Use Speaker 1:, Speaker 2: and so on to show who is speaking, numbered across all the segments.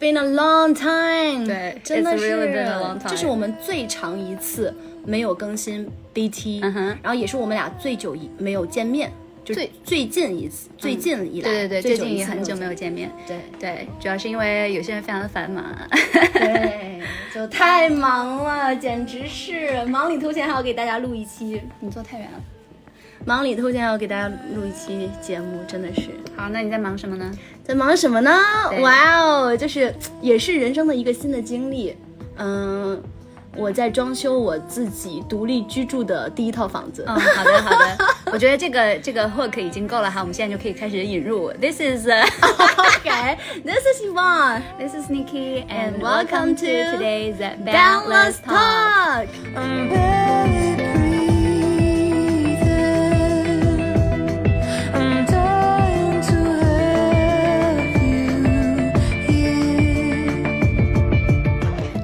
Speaker 1: been a long time。
Speaker 2: 对
Speaker 1: 真的
Speaker 2: it's
Speaker 1: 是
Speaker 2: really been a long time
Speaker 1: 这是我们最长一次没有更新 BT，、
Speaker 2: 嗯哼
Speaker 1: 然后也是我们俩最久一没有见面，就
Speaker 2: 最嗯
Speaker 1: 最近一次，最近以来，
Speaker 2: 对对对，
Speaker 1: 最
Speaker 2: 最
Speaker 1: 久
Speaker 2: 近
Speaker 1: 一
Speaker 2: 也
Speaker 1: 次
Speaker 2: 很久没有见面。
Speaker 1: 见。
Speaker 2: 对，主要是因为有些人非常的繁忙。
Speaker 1: 对对，就太忙了，简直是忙里偷闲，还要给大家录一期，
Speaker 2: 你坐太远了。
Speaker 1: 忙里偷闲还要给大家录一期节目，真的是。
Speaker 2: 好，那你在忙什么 呢？
Speaker 1: 在忙什么呢？
Speaker 2: 对
Speaker 1: 哇哦，就是也是人生的一个新的经历。嗯，我在装修我自己独立居住的第一套房子。
Speaker 2: 嗯，好的好的，我觉得这个这个 hook 已经够了哈，我们现在就可以开始引入。This is、
Speaker 1: OK，this is Yvonne。
Speaker 2: this is Nikki
Speaker 1: And
Speaker 2: and
Speaker 1: welcome
Speaker 2: welcome to
Speaker 1: to
Speaker 2: today's
Speaker 1: Boundless
Speaker 2: boundless
Speaker 1: Talk。
Speaker 2: talk。
Speaker 3: I'm barely breathing. I'm dying to have you here.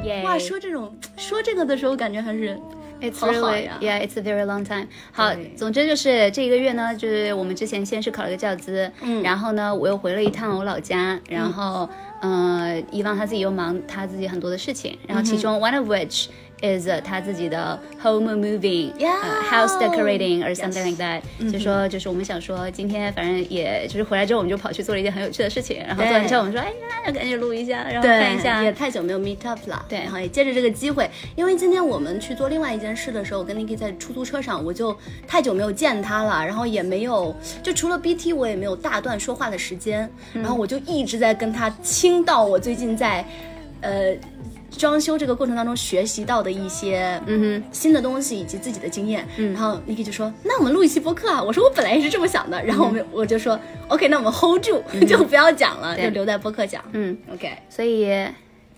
Speaker 2: 耶
Speaker 1: 哇，说这种说这个的时候，感觉还是
Speaker 2: It's
Speaker 1: 好好
Speaker 2: really
Speaker 1: 呀
Speaker 2: yeah, it's a very long time. 好
Speaker 1: 对，
Speaker 2: 总之就是这一个月呢，就是我们之前先是考了个教资，
Speaker 1: 嗯
Speaker 2: 然后呢，我又回了一趟我老家，然后、呃，伊旺他自己又忙他自己很多的事情，然后其
Speaker 1: 嗯
Speaker 2: 中 one of which is 呃他自己的 home moving，
Speaker 1: Yeah
Speaker 2: 呃 house decorating or something
Speaker 1: Yes 嗯
Speaker 2: like that，、就说就是我们想说今天反正也就是回来之后我们就跑去做了一件很有趣的事情，然后
Speaker 1: 对
Speaker 2: 做完之后我们说哎呀赶紧录一下，然后看
Speaker 1: 对
Speaker 2: 一下，
Speaker 1: 也太久没有 meet up 了。
Speaker 2: 对
Speaker 1: 然后也借着这个机会，因为今天我们去做另外一件事的时候，我跟 Niki 在出租车上，我就太久没有见他了，然后也没有，就除了 BT，我也没有大段说话的时间，
Speaker 2: 嗯
Speaker 1: 然后我就一直在跟他倾倒我最近在，呃。装修这个过程当中学习到的一些嗯新的东西以及自己的经验，
Speaker 2: 嗯
Speaker 1: 然后 Niki 就说：“那我们录一期播客啊。”我说：“我本来也是这么想的。”然后我们、
Speaker 2: 嗯
Speaker 1: 我就说：“OK，那我们 hold 住， 就不要讲了，
Speaker 2: 对
Speaker 1: 就留在播客讲。”
Speaker 2: 嗯。
Speaker 1: OK，
Speaker 2: 所以，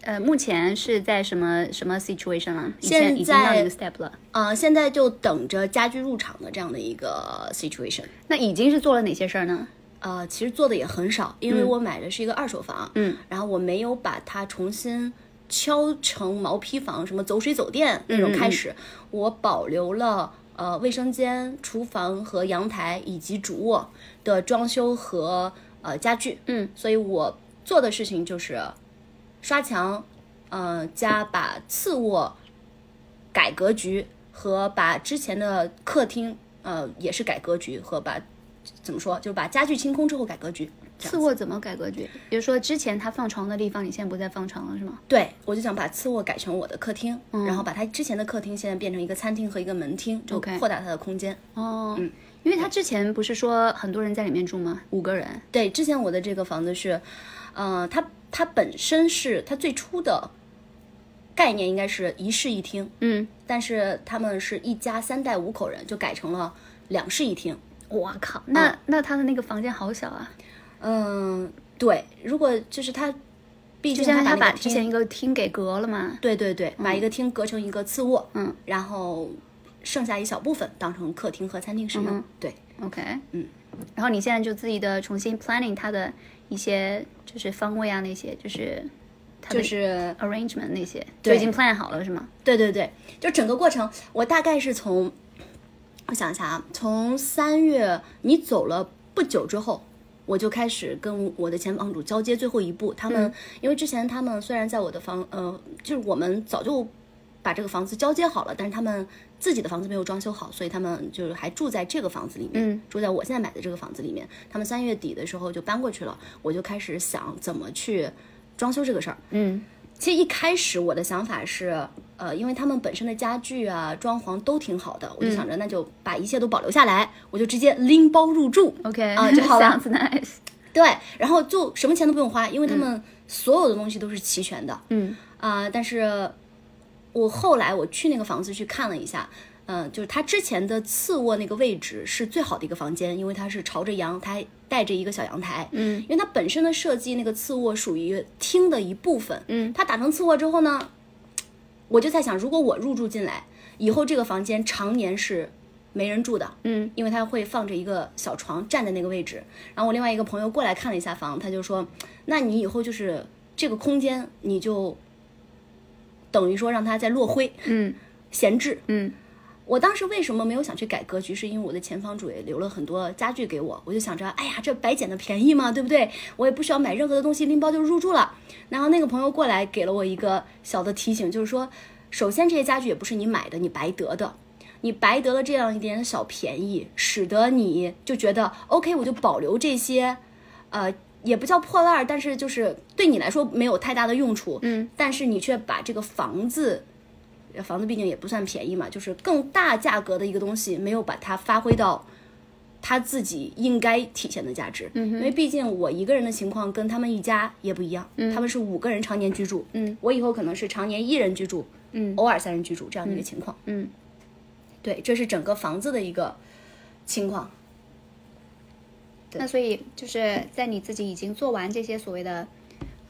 Speaker 2: 呃，目前是在什么什么 situation 了？已经
Speaker 1: 现在
Speaker 2: 已经到那个 step 了。
Speaker 1: 呃，现在就等着家居入场的这样的一个 situation。
Speaker 2: 那已经是做了哪些事儿呢？
Speaker 1: 呃，其实做的也很少，因为我买的是一个二手房，
Speaker 2: 嗯，
Speaker 1: 然后我没有把它重新敲成毛坯房，什么走水走电那种开始，我保留了呃卫生间、厨房和阳台以及主卧的装修和呃家具，
Speaker 2: 嗯，
Speaker 1: 所以我做的事情就是刷墙，呃，加把次卧改格局和把之前的客厅，呃，也是改格局和把怎么说，就是把家具清空之后改格局。这
Speaker 2: 次
Speaker 1: 样
Speaker 2: 卧怎么改格局？比如说之前他放床的地方，你现在不再放床了是吗？
Speaker 1: 对，我就想把次卧改成我的客厅，
Speaker 2: 嗯
Speaker 1: 然后把它之前的客厅现在变成一个餐厅和一个门厅，就
Speaker 2: OK
Speaker 1: 扩大它的空间。
Speaker 2: 哦，因为他之前不是说很多人在里面住吗？五个人。
Speaker 1: 对，之前我的这个房子是，呃，它它本身是它最初的概念应该是一室一厅，
Speaker 2: 嗯，
Speaker 1: 但是他们是一家三代五口人，就改成了两室一厅。
Speaker 2: 我靠，那、那他的那个房间好小啊，
Speaker 1: 嗯，对，如果就是他，毕
Speaker 2: 就
Speaker 1: 竟
Speaker 2: 相当于他
Speaker 1: 把那
Speaker 2: 把
Speaker 1: 个
Speaker 2: 之
Speaker 1: 厅
Speaker 2: 前一个厅给隔了嘛。
Speaker 1: 对对对，把一个厅隔成一个次卧，
Speaker 2: 嗯，
Speaker 1: 然后剩下一小部分当成客厅和餐厅使用。
Speaker 2: 嗯哼
Speaker 1: 对，
Speaker 2: OK，
Speaker 1: 嗯，
Speaker 2: 然后你现在就自己的重新 planning 它的一些就是方位啊那些，就是它的
Speaker 1: 就是
Speaker 2: arrangement 那些，就
Speaker 1: 对
Speaker 2: 已经 plan 好了是吗？
Speaker 1: 对对对，就整个过程，我大概是从，我想一下啊，从三月你走了不久之后。我就开始跟我的前房主交接最后一步，他们、因为之前他们虽然在我的房，呃，就是我们早就把这个房子交接好了，但是他们自己的房子没有装修好，所以他们就是还住在这个房子里面，
Speaker 2: 嗯
Speaker 1: 住在我现在买的这个房子里面。他们三月底的时候就搬过去了，我就开始想怎么去装修这个事儿。
Speaker 2: 嗯
Speaker 1: 其实一开始我的想法是，呃，因为他们本身的家具啊、装潢都挺好的，我就想着那就把一切都保留下来，我就直接拎包入住。
Speaker 2: ，OK
Speaker 1: 啊就好了
Speaker 2: Sounds nice。
Speaker 1: 对，然后就什么钱都不用花，因为他们所有的东西都是齐全的。
Speaker 2: 嗯
Speaker 1: 啊、但是我后来我去那个房子去看了一下，呃，就是它之前的次卧那个位置是最好的一个房间，因为它是朝着阳，它还带着一个小阳台。
Speaker 2: 嗯，
Speaker 1: 因为它本身的设计，那个次卧属于厅的一部分。
Speaker 2: 嗯
Speaker 1: 它打成次卧之后呢，我就在想，如果我入住进来以后，这个房间常年是没人住的。
Speaker 2: 嗯
Speaker 1: 因为他会放着一个小床站在那个位置。然后我另外一个朋友过来看了一下房，他就说：“那你以后就是这个空间，你就等于说让它在落灰
Speaker 2: 嗯
Speaker 1: 闲置。
Speaker 2: 嗯
Speaker 1: 我当时为什么没有想去改格局，是因为我的前房主也留了很多家具给我，我就想着，哎呀，这白捡的便宜嘛，对不对？我也不需要买任何的东西，拎包就入住了。然后那个朋友过来给了我一个小的提醒，就是说，首先这些家具也不是你买的，你白得的。你白得了这样一点小便宜，使得你就觉得 OK，我就保留这些，呃，也不叫破烂儿，但是就是对你来说没有太大的用处，嗯，但是你却把这个房子呃房子毕竟也不算便宜嘛，就是更大价格的一个东西，没有把它发挥到它自己应该体现的价值。嗯、因为毕竟我一个人的情况跟他们一家也不一样，他们是五个人常年居住，
Speaker 2: 嗯，
Speaker 1: 我以后可能是常年一人居住，
Speaker 2: 嗯
Speaker 1: 偶尔三人居住这样的一个情况。
Speaker 2: 嗯，
Speaker 1: 对，这是整个房子的一个情况。对
Speaker 2: 那所以就是在你自己已经做完这些所谓的，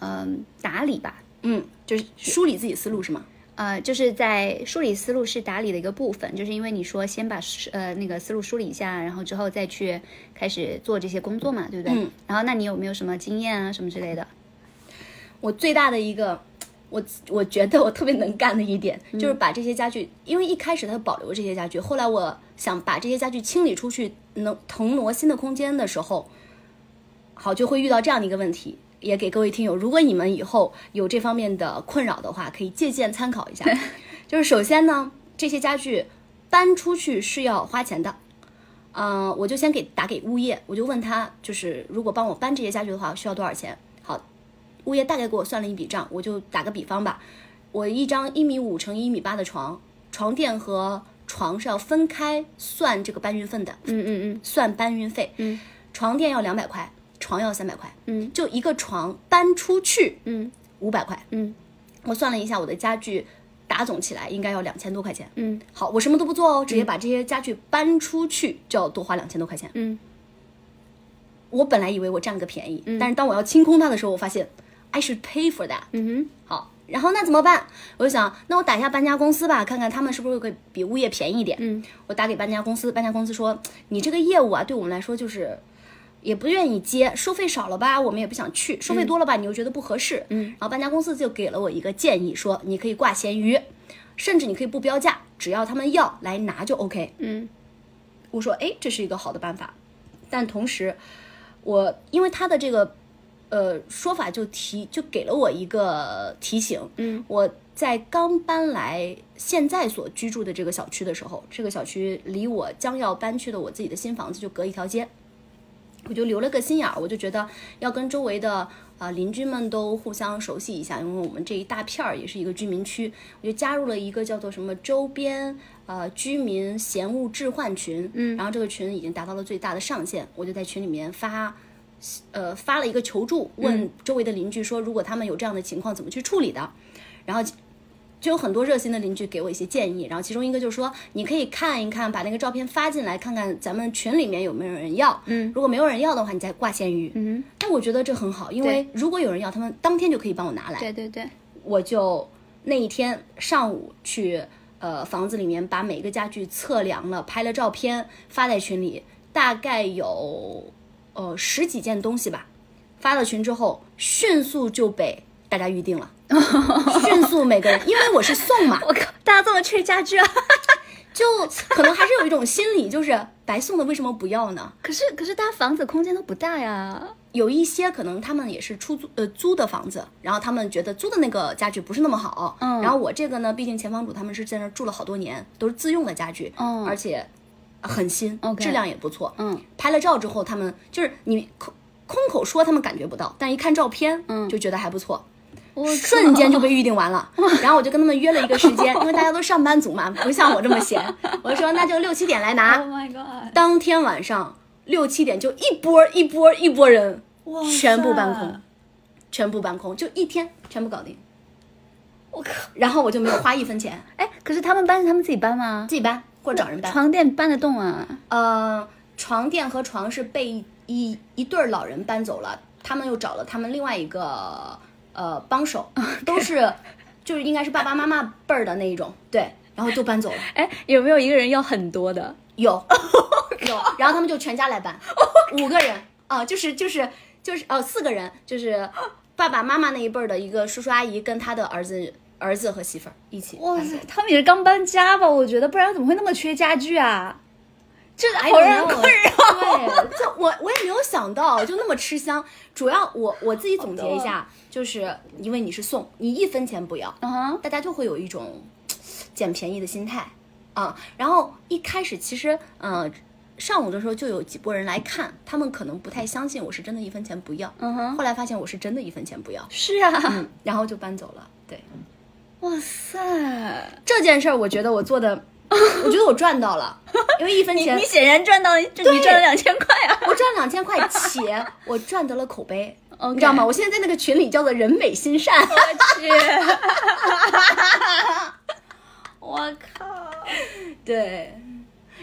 Speaker 2: 嗯、打理吧，
Speaker 1: 嗯，就是梳理自己思路是吗？
Speaker 2: 呃，就是在梳理思路是打理的一个部分，就是因为你说先把思呃那个思路梳理一下，然后之后再去开始做这些工作嘛，对不对？
Speaker 1: 嗯
Speaker 2: 然后那你有没有什么经验啊什么之类的？
Speaker 1: 我最大的一个，我我觉得我特别能干的一点，就是把这些家具，因为一开始他保留这些家具，后来我想把这些家具清理出去，能腾挪新的空间的时候，好就会遇到这样的一个问题。也给各位听友，如果你们以后有这方面的困扰的话，可以借鉴参考一下。就是首先呢，这些家具搬出去是要花钱的。嗯、我就先给打给物业，我就问他，就是如果帮我搬这些家具的话，需要多少钱？好，物业大概给我算了一笔账，我就打个比方吧，我一张一米五乘一米八的床，床垫和床是要分开算这个搬运费的，
Speaker 2: 嗯嗯
Speaker 1: 算搬运费。
Speaker 2: 嗯，
Speaker 1: 床垫要两百块，床要三百块，
Speaker 2: 嗯
Speaker 1: 就一个床搬出去
Speaker 2: 嗯
Speaker 1: 五百块。
Speaker 2: 嗯
Speaker 1: 我算了一下，我的家具打总起来应该要两千多块钱。
Speaker 2: 嗯
Speaker 1: 好，我什么都不做哦，直接把这些家具搬出去就要多花两千多块钱。
Speaker 2: 嗯
Speaker 1: 我本来以为我占了个便宜，
Speaker 2: 嗯
Speaker 1: 但是当我要清空它的时候，我发现 I should pay for that。
Speaker 2: 嗯
Speaker 1: 好，然后那怎么办？我就想，那我打一下搬家公司吧，看看他们是不是会比物业便宜一点。
Speaker 2: 嗯
Speaker 1: 我打给搬家公司，搬家公司说，你这个业务啊，对我们来说就是。也不愿意接，收费少了吧，我们也不想去；收费多了吧，你又觉得不合适。
Speaker 2: 嗯
Speaker 1: 然后搬家公司就给了我一个建议，说你可以挂闲鱼，甚至你可以不标价，只要他们要来拿就 OK。
Speaker 2: 嗯
Speaker 1: 我说，哎，这是一个好的办法。但同时，我因为他的这个呃说法就提就给了我一个提醒，
Speaker 2: 嗯
Speaker 1: 我在刚搬来现在所居住的这个小区的时候，这个小区离我将要搬去的我自己的新房子就隔一条街，我就留了个心眼儿，我就觉得要跟周围的啊、呃邻居们都互相熟悉一下，因为我们这一大片儿也是一个居民区，我就加入了一个叫做什么周边呃居民闲物置换群，
Speaker 2: 嗯
Speaker 1: 然后这个群已经达到了最大的上限，我就在群里面发。呃，发了一个求助，
Speaker 2: 嗯
Speaker 1: 问周围的邻居说，如果他们有这样的情况，怎么去处理的？然后其就有很多热心的邻居给我一些建议，然后其中一个就说，你可以看一看，把那个照片发进来，看看咱们群里面有没有人要。
Speaker 2: 嗯
Speaker 1: 如果没有人要的话，你再挂闲鱼。
Speaker 2: 嗯，
Speaker 1: 但我觉得这很好，因为如果有人要，他们当天就可以帮我拿来。
Speaker 2: 对对对，
Speaker 1: 我就那一天上午去呃房子里面把每个家具测量了，拍了照片发在群里，大概有呃十几件东西吧。发了群之后，迅速就被大家预定了，迅速每个人，因为我是送嘛，
Speaker 2: 我靠，大家这么缺家具啊！
Speaker 1: 就可能还是有一种心理，就是白送的为什么不要呢？
Speaker 2: 可是可是大家房子空间都不大呀。
Speaker 1: 有一些可能他们也是出租呃租的房子，然后他们觉得租的那个家具不是那么好，
Speaker 2: 嗯
Speaker 1: 然后我这个呢，毕竟前房主他们是在那儿住了好多年，都是自用的家具，
Speaker 2: 嗯
Speaker 1: 而且很新
Speaker 2: OK
Speaker 1: 质量也不错。
Speaker 2: 嗯
Speaker 1: 拍了照之后，他们就是你空空口说他们感觉不到，但一看照片，
Speaker 2: 嗯
Speaker 1: 就觉得还不错，
Speaker 2: 我
Speaker 1: 瞬间就被预定完 了。然后我就跟他们约了一个时间，因为大家都上班族嘛，不像我这么闲，我就说那就六七点来拿。
Speaker 2: Oh my god！
Speaker 1: 当天晚上六七点就一波儿一波儿一波人
Speaker 2: 哇塞
Speaker 1: 全部搬空，全部搬空，就一天全部搞定。
Speaker 2: 我靠！
Speaker 1: 然后我就没有花一分钱，
Speaker 2: 哎，可是他们搬是他们自己搬吗？
Speaker 1: 自己搬或者找人搬。
Speaker 2: 床垫搬得动啊？
Speaker 1: 呃，床垫和床是被一一对儿老人搬走了，他们又找了他们另外一个呃帮手，都是就是应该是爸爸妈妈辈儿的那一种，对，然后就搬走了。
Speaker 2: 哎，有没有一个人要很多的？
Speaker 1: 有
Speaker 2: Oh
Speaker 1: 有，然后他们就全家来搬，五个人啊、就是就是就是哦、四个人，就是爸爸妈妈那一辈儿的一个叔叔阿姨跟他的儿子儿子和媳妇儿一起。
Speaker 2: 哇塞，他们也是刚搬家吧？我觉得，不然怎么会那么缺家具啊？这好让人困扰。
Speaker 1: 对，就我我也没有想到，就那么吃香。主要我我自己总结一下，就是因为你是送，你一分钱不要，
Speaker 2: 嗯哼，
Speaker 1: 大家就会有一种嘖捡便宜的心态啊。然后一开始其实，嗯，上午的时候就有几波人来看，他们可能不太相信我是真的一分钱不要，
Speaker 2: 嗯哼，
Speaker 1: 后来发现我是真的一分钱不要，
Speaker 2: 是啊，
Speaker 1: 嗯，然后就搬走了。对
Speaker 2: 哇塞，
Speaker 1: 这件事儿，我觉得我 做的，我觉得我赚到了，因为一分
Speaker 2: 你
Speaker 1: 钱
Speaker 2: 你显然赚到了，这你赚了两千块 啊！
Speaker 1: 我赚两千块，且我赚得了口碑
Speaker 2: OK
Speaker 1: 你知道吗？我现在在那个群里叫做“人美心善
Speaker 2: 我去， 我靠，”，
Speaker 1: 对。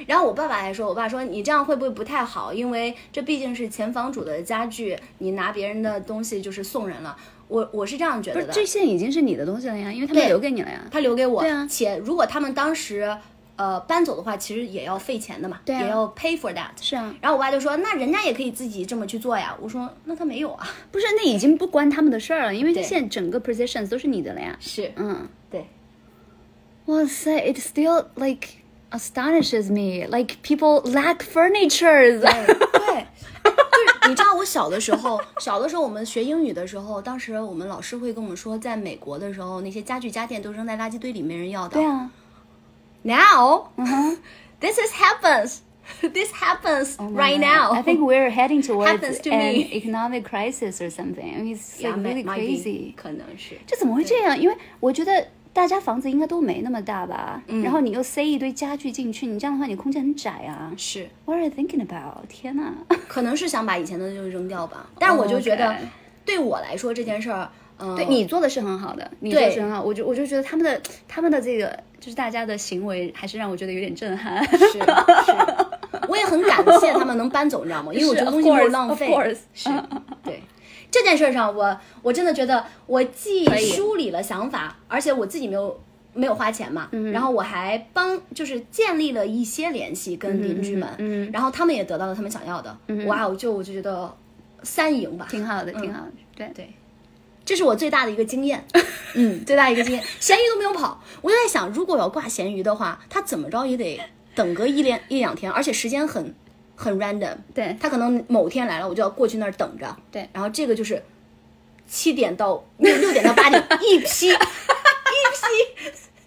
Speaker 1: 然后我爸爸还说，我爸说你这样会不会不太好？因为这毕竟是前房主的家具，你拿别人的东西就是送人了。我我是这样觉
Speaker 2: 不
Speaker 1: 得
Speaker 2: 是，
Speaker 1: 的，
Speaker 2: 这现在已经是你的东西了呀，因为他们
Speaker 1: 对
Speaker 2: 留给你了呀。
Speaker 1: 他留给我，
Speaker 2: 对啊
Speaker 1: 且如果他们当时呃搬走的话，其实也要费钱的嘛，
Speaker 2: 对啊
Speaker 1: 也要 pay for that。
Speaker 2: 是啊，
Speaker 1: 然后我爸就说，那人家也可以自己这么去做呀。我说，那他没有啊，
Speaker 2: 不是，那已经不关他们的事儿了，因为
Speaker 1: 对
Speaker 2: 现在整个 positions 都是你的了呀。
Speaker 1: 是
Speaker 2: 嗯，
Speaker 1: 对，
Speaker 2: 哇塞，it still like astonishes me, like people lack furniture.
Speaker 1: 嗯对，就是你知道我小的时候，小的时候我们学英语的时候，当时我们老师会跟我们说，在美国的时候，那些家具家电都扔在垃圾堆里，没人要的。
Speaker 2: 对啊，
Speaker 1: Now, this is happens. This happens
Speaker 2: Uh-huh. Oh my
Speaker 1: right
Speaker 2: God.
Speaker 1: now.
Speaker 2: I think we're heading towards
Speaker 1: Happens to
Speaker 2: an
Speaker 1: me.
Speaker 2: economic crisis or something. I mean, it's
Speaker 1: Yeah,
Speaker 2: like really
Speaker 1: might be,
Speaker 2: crazy.
Speaker 1: 可能是
Speaker 2: 这怎么会这样？因为我觉得大家房子应该都没那么大吧，然后你又塞一堆家具进去，你这样的话你空间很窄啊。
Speaker 1: 是
Speaker 2: What are you thinking about？天哪！
Speaker 1: 可能是想把以前的就扔掉吧，但我就觉得
Speaker 2: OK
Speaker 1: 对我来说这件事儿，嗯，
Speaker 2: Oh 对哦你做的是很好的，你做的是很好，我就我就觉得他们的他们的这个就是大家的行为，还是让我觉得有点震撼。
Speaker 1: 是是，我也很感谢他们能搬走，你知道吗？因为我觉得东西没有浪费
Speaker 2: Of。course, of course
Speaker 1: 是，对这件事上我，我真的觉得我既
Speaker 2: 可以
Speaker 1: 梳理了想法，而且我自己没有没有花钱嘛，
Speaker 2: 嗯
Speaker 1: 然后我还帮就是建立了一些联系跟邻居们，
Speaker 2: 嗯嗯嗯
Speaker 1: 然后他们也得到了他们想要的，哇，哦我就我就觉得三赢吧，
Speaker 2: 挺好的，
Speaker 1: 嗯
Speaker 2: 挺好的，对
Speaker 1: 对，这是我最大的一个经验，嗯，最大一个经验，咸鱼都没有跑。我就在想，如果我要挂咸鱼的话，它怎么着也得等个一连一两天，而且时间很很 random。
Speaker 2: 对
Speaker 1: 它可能某天来了，我就要过去那儿等着。
Speaker 2: 对
Speaker 1: 然后这个就是七点到六六点到八点一批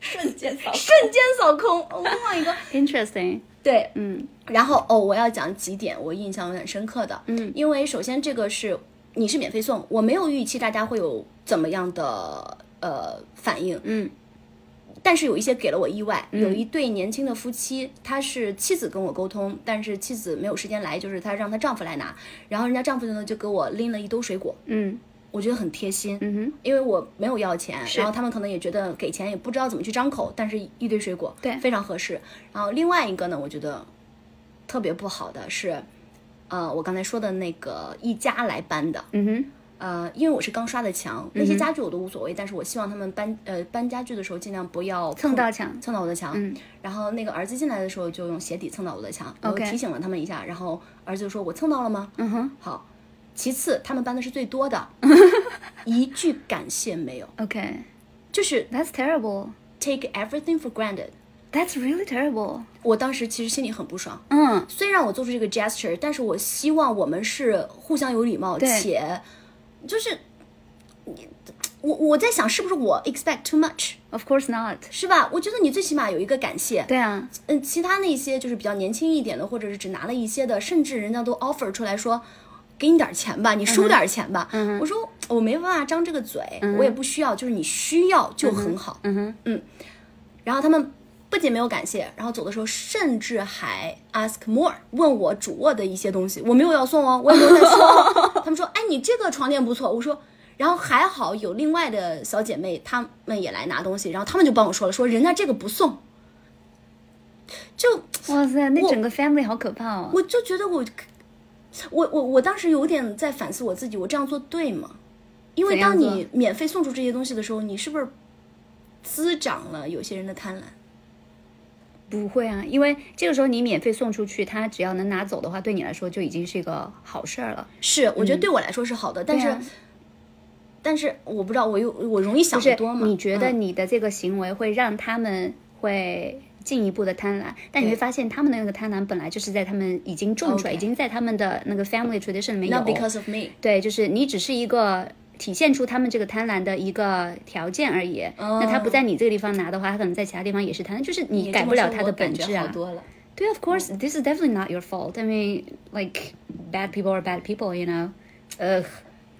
Speaker 2: 瞬间扫
Speaker 1: 瞬间扫空，Oh my god！
Speaker 2: Interesting，
Speaker 1: 对，
Speaker 2: 嗯
Speaker 1: 然后哦，我要讲几点我印象有点深刻的，
Speaker 2: 嗯
Speaker 1: 因为首先这个是你是免费送，我没有预期大家会有怎么样的呃反应，
Speaker 2: 嗯
Speaker 1: 但是有一些给了我意外，有一对年轻的夫妻，他是妻子跟我沟通，但是妻子没有时间来，就是她让她丈夫来拿，然后人家丈夫呢就给我拎了一兜水果，
Speaker 2: 嗯
Speaker 1: 我觉得很贴心，
Speaker 2: 嗯哼，
Speaker 1: 因为我没有要钱，
Speaker 2: 是
Speaker 1: 然后他们可能也觉得给钱也不知道怎么去张口，但是一堆水果，
Speaker 2: 对
Speaker 1: 非常合适。然后另外一个呢，我觉得特别不好的是，呃，我刚才说的那个一家来搬的，
Speaker 2: 嗯哼，
Speaker 1: 呃，因为我是刚刷的墙，
Speaker 2: 嗯
Speaker 1: 那些家具我都无所谓，但是我希望他们搬呃搬家具的时候尽量不要
Speaker 2: 蹭
Speaker 1: 碰
Speaker 2: 到墙
Speaker 1: 蹭到我的墙。
Speaker 2: 嗯
Speaker 1: 然后那个儿子进来的时候就用鞋底蹭到我的墙，我
Speaker 2: OK
Speaker 1: 提醒了他们一下，然后儿子就说我蹭到了吗？
Speaker 2: 嗯哼
Speaker 1: 好。其次，他们搬的是最多 的，一句感谢没有，
Speaker 2: ，OK，that's
Speaker 1: 就是
Speaker 2: terrible。
Speaker 1: take everything for granted。
Speaker 2: That's really terrible。
Speaker 1: 我当时其实心里很不爽，
Speaker 2: 嗯，
Speaker 1: 虽然我做出这个 gesture，但是我希望我们是互相有礼貌，
Speaker 2: 对
Speaker 1: 且就是你我我在想是不是我 expect too much，
Speaker 2: Of course not。
Speaker 1: 是吧？我觉得你最起码有一个感谢。
Speaker 2: 对啊，
Speaker 1: 嗯，其他那些就是比较年轻一点的，或者是只拿了一些的，甚至人家都 offer 出来说，给你点儿钱吧，你
Speaker 2: 嗯
Speaker 1: 收点儿钱吧。我说我没办法张这个嘴，我也不需要，就是你需要就很好。
Speaker 2: 嗯哼，
Speaker 1: 然后他们不仅没有感谢，然后走的时候甚至还 ask more，问我主卧的一些东西，我没有要送哦，我也没有在说 哦。他们说，哎，你这个床垫不错，我说。然后还好有另外的小姐妹，她们也来拿东西，然后她们就帮我说了，说人家这个不送，就
Speaker 2: 哇塞，那
Speaker 1: 我
Speaker 2: 整个 family 好可怕哦。
Speaker 1: 我就觉得我，我我我当时有点在反思我自己，我这样做对吗？因为
Speaker 2: 怎样
Speaker 1: 当
Speaker 2: 做
Speaker 1: 你免费送出这些东西的时候，你是不是滋长了有些人的贪婪？
Speaker 2: 不会啊，因为这个时候你免费送出去，他只要能拿走的话，对你来说就已经是一个好事儿了。啊
Speaker 1: 是，我觉得对我来说是好的，但
Speaker 2: 对
Speaker 1: 是
Speaker 2: 啊
Speaker 1: 但是我不知道，我又我容易想
Speaker 2: 就是
Speaker 1: 得多嘛。
Speaker 2: 你觉得
Speaker 1: 嗯
Speaker 2: 你的这个行为会让他们会进一步的贪婪，但你会
Speaker 1: 对
Speaker 2: 发现他们的那个贪婪本来就是在他们已经种出来
Speaker 1: OK
Speaker 2: 已经在他们的那个 family tradition 里面有。
Speaker 1: not because of me？
Speaker 2: 对，就是你只是一个体现出他们这个贪婪的一个条件而已。
Speaker 1: 哦
Speaker 2: 那他不在你这个地方拿的话，他可能在其他地方也是贪婪，就是你
Speaker 1: 这
Speaker 2: 改
Speaker 1: 么
Speaker 2: 不了
Speaker 1: 说
Speaker 2: 他
Speaker 1: 我
Speaker 2: 的
Speaker 1: 感
Speaker 2: 本
Speaker 1: 觉
Speaker 2: 质
Speaker 1: 好
Speaker 2: 啊。
Speaker 1: 多嗯了。
Speaker 2: 对，of course, this is definitely not your fault. I mean, like bad people are bad people, you know. Ugh,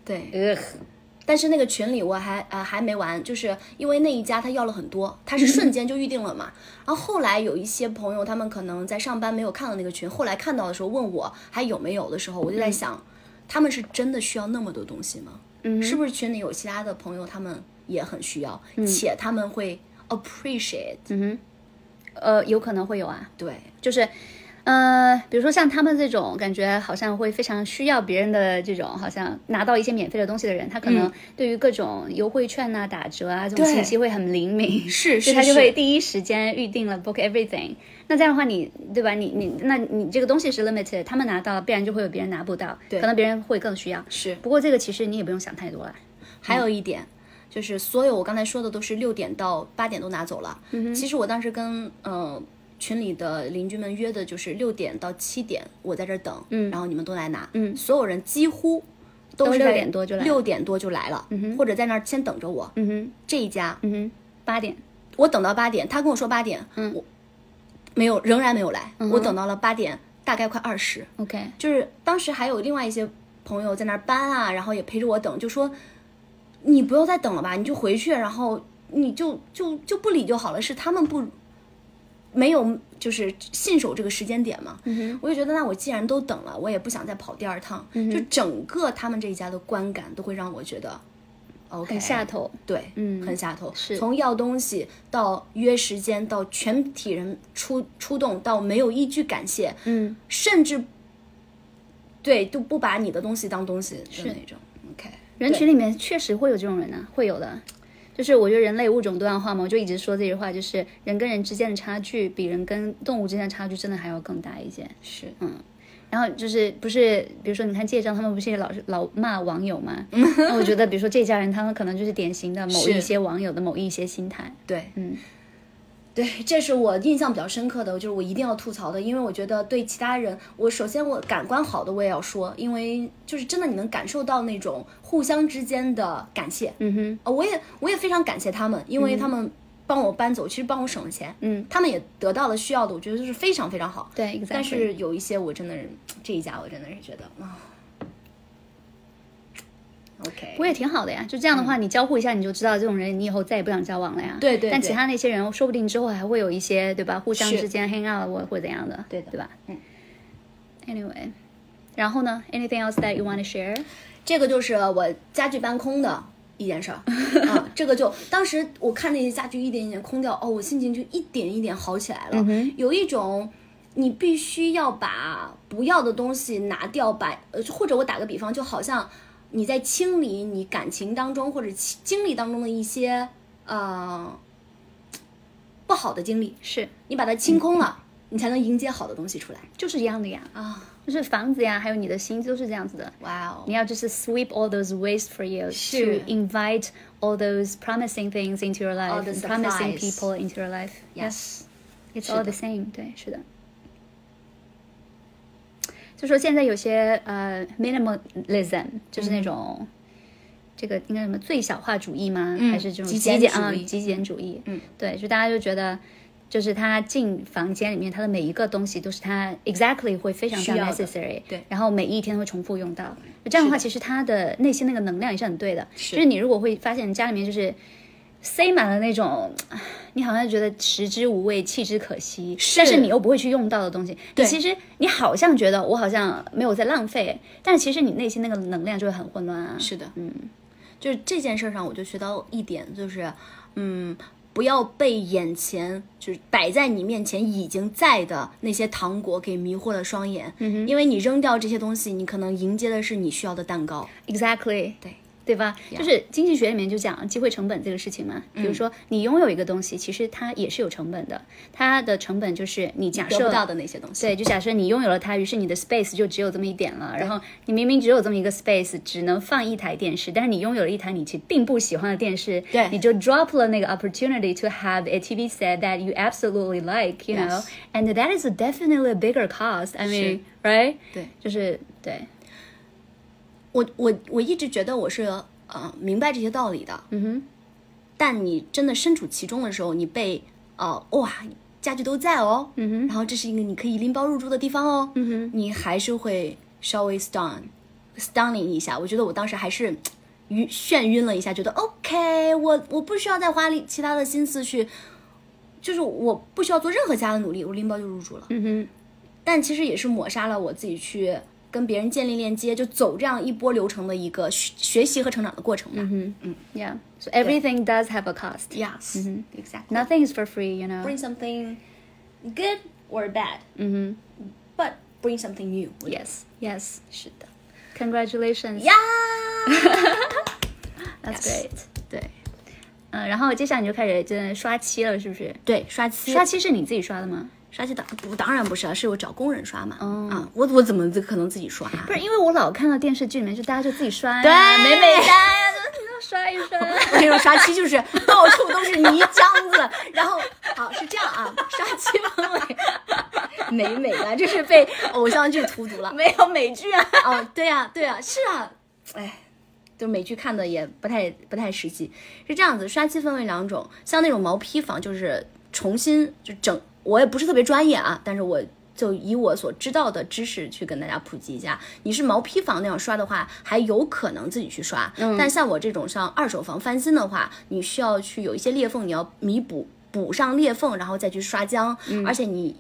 Speaker 1: 对，
Speaker 2: ugh.
Speaker 1: 但是那个群里我还呃还没完，就是因为那一家他要了很多，他
Speaker 2: 嗯
Speaker 1: 是瞬间就预定了嘛。然后后来有一些朋友他们可能在上班没有看到那个群，后来看到的时候问我还有没有的时候，我就
Speaker 2: 嗯
Speaker 1: 在想，他们是真的需要那么多东西吗？
Speaker 2: 嗯哼
Speaker 1: 是不是群里有其他的朋友他们也很需要，
Speaker 2: 嗯
Speaker 1: 且他们会 appreciate？、
Speaker 2: 呃，有可能会有啊，
Speaker 1: 对，
Speaker 2: 就是。呃，比如说像他们这种感觉好像会非常需要别人的这种，好像拿到一些免费的东西的人，他可能
Speaker 1: 嗯
Speaker 2: 对于各种优惠券啊、打折啊这种
Speaker 1: 对
Speaker 2: 信息会很灵敏，
Speaker 1: 是
Speaker 2: 所
Speaker 1: 是
Speaker 2: 以他就会
Speaker 1: 是，
Speaker 2: 第一时间预定了 book everything。那这样的话你，对吧？你你那你这个东西是 limited，他们拿到了，必然就会有别人拿不到，
Speaker 1: 对
Speaker 2: 可能别人会更需要。
Speaker 1: 是。
Speaker 2: 不过这个其实你也不用想太多了，
Speaker 1: 还
Speaker 2: 嗯
Speaker 1: 有一点，就是所有我刚才说的都是六点到八点都拿走了。
Speaker 2: 嗯
Speaker 1: 其实我当时跟呃群里的邻居们约的就是六点到七点，我在这儿等，
Speaker 2: 嗯
Speaker 1: 然后你们都来拿，
Speaker 2: 嗯
Speaker 1: 所有人几乎
Speaker 2: 都
Speaker 1: 都是在
Speaker 2: 6点多就来了
Speaker 1: 六点多就来了，或者在那儿先等着我。
Speaker 2: 嗯哼，
Speaker 1: 这一家
Speaker 2: 嗯哼，八点，
Speaker 1: 我等到八点，他跟我说八点，
Speaker 2: 嗯
Speaker 1: 我没有，仍然没有来，
Speaker 2: 嗯哼
Speaker 1: 我等到了八点，大概快二十，
Speaker 2: OK，
Speaker 1: 就是当时还有另外一些朋友在那儿搬啊，然后也陪着我等，就说你不要再等了吧，你就回去，然后你就就就不理就好了。是他们不没有就是信守这个时间点嘛？
Speaker 2: 嗯
Speaker 1: 我就觉得那我既然都等了，我也不想再跑第二趟。
Speaker 2: 嗯哼
Speaker 1: 就整个他们这一家的观感都会让我觉得
Speaker 2: 哼，
Speaker 1: OK
Speaker 2: 很下头，
Speaker 1: 对，
Speaker 2: 嗯
Speaker 1: 很下头。
Speaker 2: 是
Speaker 1: 从要东西到约时间，到全体人出出动，到没有一句感谢，
Speaker 2: 嗯，
Speaker 1: 甚至对都不把你的东西当东西的那种。OK，
Speaker 2: 人群里面确实会有这种人啊，会有的。就是我觉得人类物种多样化嘛，我就一直说这句话，就是人跟人之间的差距比人跟动物之间的差距真的还要更大一些。
Speaker 1: 是
Speaker 2: 然后就是不是，比如说你看介绍他们不是也老是老骂网友 嘛？那我觉得，比如说这家人，他们可能就是典型的某一
Speaker 1: 是
Speaker 2: 些网友的某一些心态。
Speaker 1: 对，
Speaker 2: 嗯
Speaker 1: 对，这是我印象比较深刻的，就是我一定要吐槽的，因为我觉得对其他人，我首先我感官好的我也要说，因为就是真的你能感受到那种互相之间的感谢。
Speaker 2: 嗯哼，
Speaker 1: 呃我也我也非常感谢他们，因为他们帮我搬走，其实帮我省了钱，
Speaker 2: 嗯，
Speaker 1: 他们也得到了需要的，我觉得就是非常非常好。
Speaker 2: 对，exactly，
Speaker 1: 但是有一些我真的是这一家我真的是觉得啊、o k
Speaker 2: 不过也挺好的呀。就这样的话，你交互一下，你就知道这种人，你以后再也不想交往了呀。
Speaker 1: 嗯对对
Speaker 2: 但
Speaker 1: 对
Speaker 2: 其他那些人，说不定之后还会有一些，对吧？互相
Speaker 1: 是
Speaker 2: 之间 hang out 啊或或怎样的，
Speaker 1: 对的
Speaker 2: 对吧？
Speaker 1: 嗯。
Speaker 2: Anyway，然后呢？Anything else that you want to share？
Speaker 1: 这个就是我家具搬空的一件事儿啊，这个就当时我看那些家具一点一点空掉，哦，我心情就一点一点好起来了，
Speaker 2: 哼
Speaker 1: 有一种。你必须要把不要的东西拿掉，把呃，或者我打个比方，就好像你在清理你感情当中或者其经历当中的一些呃不好的经历，
Speaker 2: 是，
Speaker 1: 你把它清空了，你才能迎接好的东西出来
Speaker 2: 就是这样的呀，
Speaker 1: 啊！
Speaker 2: 就是房子呀，还有你的心都是这样子的。
Speaker 1: 哇哦
Speaker 2: 你，要就是 sweep all those waste for you
Speaker 1: 是
Speaker 2: to invite all those promising things into your life,
Speaker 1: All the
Speaker 2: and promising
Speaker 1: surprise.
Speaker 2: people into your life.
Speaker 1: Yes.
Speaker 2: it's
Speaker 1: 是的
Speaker 2: all the same. 对，是的。就说现在有些呃 minimalism 就是
Speaker 1: 嗯
Speaker 2: 那种、这个应该什么最小化主义吗？
Speaker 1: 嗯
Speaker 2: 还是这种
Speaker 1: 极
Speaker 2: 简
Speaker 1: 简
Speaker 2: 啊
Speaker 1: 主义
Speaker 2: 极简主义？
Speaker 1: 嗯，
Speaker 2: 对，就大家就觉得。就是他进房间里面，他的每一个东西都是他 exactly 会非常非
Speaker 1: 需
Speaker 2: 常
Speaker 1: 要的
Speaker 2: necessary，
Speaker 1: 对
Speaker 2: 然后每一天会重复用到。就这样的话，其实他的内心那个能量也是很对的。
Speaker 1: 是
Speaker 2: 就是你如果会发现家里面就是塞满了那种，唉你好像觉得食之无味，弃之可惜，
Speaker 1: 是
Speaker 2: 但是你又不会去用到的东西。你
Speaker 1: 对
Speaker 2: 其实你好像觉得我好像没有在浪费，但其实你内心那个能量就会很混乱啊。
Speaker 1: 是的，嗯，就是这件事上，我就学到一点，就是，嗯，不要被眼前就是摆在你面前已经在的那些糖果给迷惑了双眼，因为你扔掉这些东西，你可能迎接的是你需要的蛋糕。
Speaker 2: ，exactly。
Speaker 1: 对，
Speaker 2: 对吧？就是经济学里面就讲机会成本这个事情嘛。
Speaker 1: 嗯
Speaker 2: 比如说你拥有一个东西，其实它也是有成本的，它的成本就是你假设
Speaker 1: 得不到的那些东西。
Speaker 2: 对，就假设你拥有了它，于是你的 space 就只有这么一点了。然后你明明只有这么一个 space，只能放一台电视，但是你拥有了一台你其实并不喜欢的电视，
Speaker 1: 对
Speaker 2: 你就 drop 了那个 opportunity to have a TV set that you absolutely like, you know,
Speaker 1: Yes.
Speaker 2: and that is definitely a bigger cost. I mean, right?
Speaker 1: 对，
Speaker 2: 就是对，
Speaker 1: 我我我一直觉得我是呃明白这些道理的，嗯哼，但你真的身处其中的时候，你被呃哇家具都在哦，嗯哼，然后这是一个你可以拎包入住的地方哦，嗯哼，你还是会稍微 stun stunning 一下。我觉得我当时还是。晕眩晕了一下，觉得 OK，我我不需要再花力其他的心思去，就是我不需要做任何其他的努力，我拎包就入住了。
Speaker 2: 嗯哼，
Speaker 1: 但其实也是抹杀了我自己去跟别人建立链接，就走这样一波流程的一个学学习和成长的过程吧。嗯嗯
Speaker 2: yeah. So everything does have a cost.
Speaker 1: ，Yes，exactly.
Speaker 2: Nothing is for free, you know.
Speaker 1: 嗯 Bring something good or bad. 嗯哼，But bring something new.
Speaker 2: Yes, yes.
Speaker 1: 是的。
Speaker 2: Congratulations.
Speaker 1: 呀，
Speaker 2: That's
Speaker 1: Yes.
Speaker 2: great. 对，嗯，然后接下来你就开始真的刷漆了，是不是？
Speaker 1: 对，刷漆，
Speaker 2: 刷漆是你自己刷的吗？
Speaker 1: 刷漆当不当然不是啊，是我找工人刷嘛。
Speaker 2: 哦
Speaker 1: 啊，我我怎么可能自己刷啊？
Speaker 2: 不是，因为我老看到电视剧里面就大家就自己刷呀，
Speaker 1: 对
Speaker 2: 美美哒，就刷一刷。
Speaker 1: 我跟你说，刷漆就是到处都是泥浆子，然后好是这样啊，刷漆氛围美美的，这是被偶像剧荼毒了。
Speaker 2: 没有美剧啊，
Speaker 1: 哦，对呀、对呀、是啊，哎，就美剧看的也不太不太实际。是这样子，刷漆分为两种，像那种毛坯房就是重新就整，我也不是特别专业啊，但是我。就以我所知道的知识去跟大家普及一下，你是毛坯房那样刷的话，还有可能自己去刷。但像我这种像二手房翻新的话，你需要去有一些裂缝，你要弥补补上裂缝，然后再去刷浆。而且你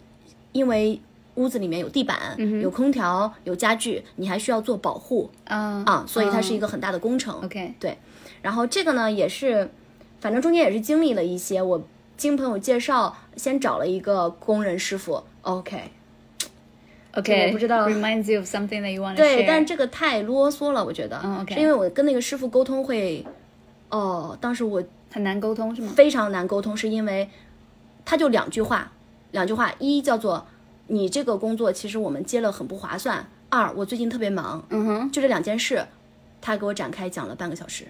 Speaker 1: 因为屋子里面有地板、有空调、有家具，你还需要做保护
Speaker 2: 嗯
Speaker 1: 啊，所以它是一个很大的工程。
Speaker 2: 哦 OK，
Speaker 1: 对，然后这个呢也是，反正中间也是经历了一些，我经朋友介绍，先找了一个工人师傅，OK，
Speaker 2: OK，
Speaker 1: 我不知道
Speaker 2: Reminds you of something that you want to
Speaker 1: 对，但
Speaker 2: share.
Speaker 1: 这个太啰嗦了，我觉得，
Speaker 2: 嗯，OK
Speaker 1: 是因为我跟那个师傅沟通会，哦，当时我
Speaker 2: 很难沟通是吗？
Speaker 1: 非常难沟通，是因为他就两句话，两句话，一叫做你这个工作其实我们接了很不划算，二我最近特别忙，
Speaker 2: 嗯哼，
Speaker 1: 就这两件事，他给我展开讲了半个小时，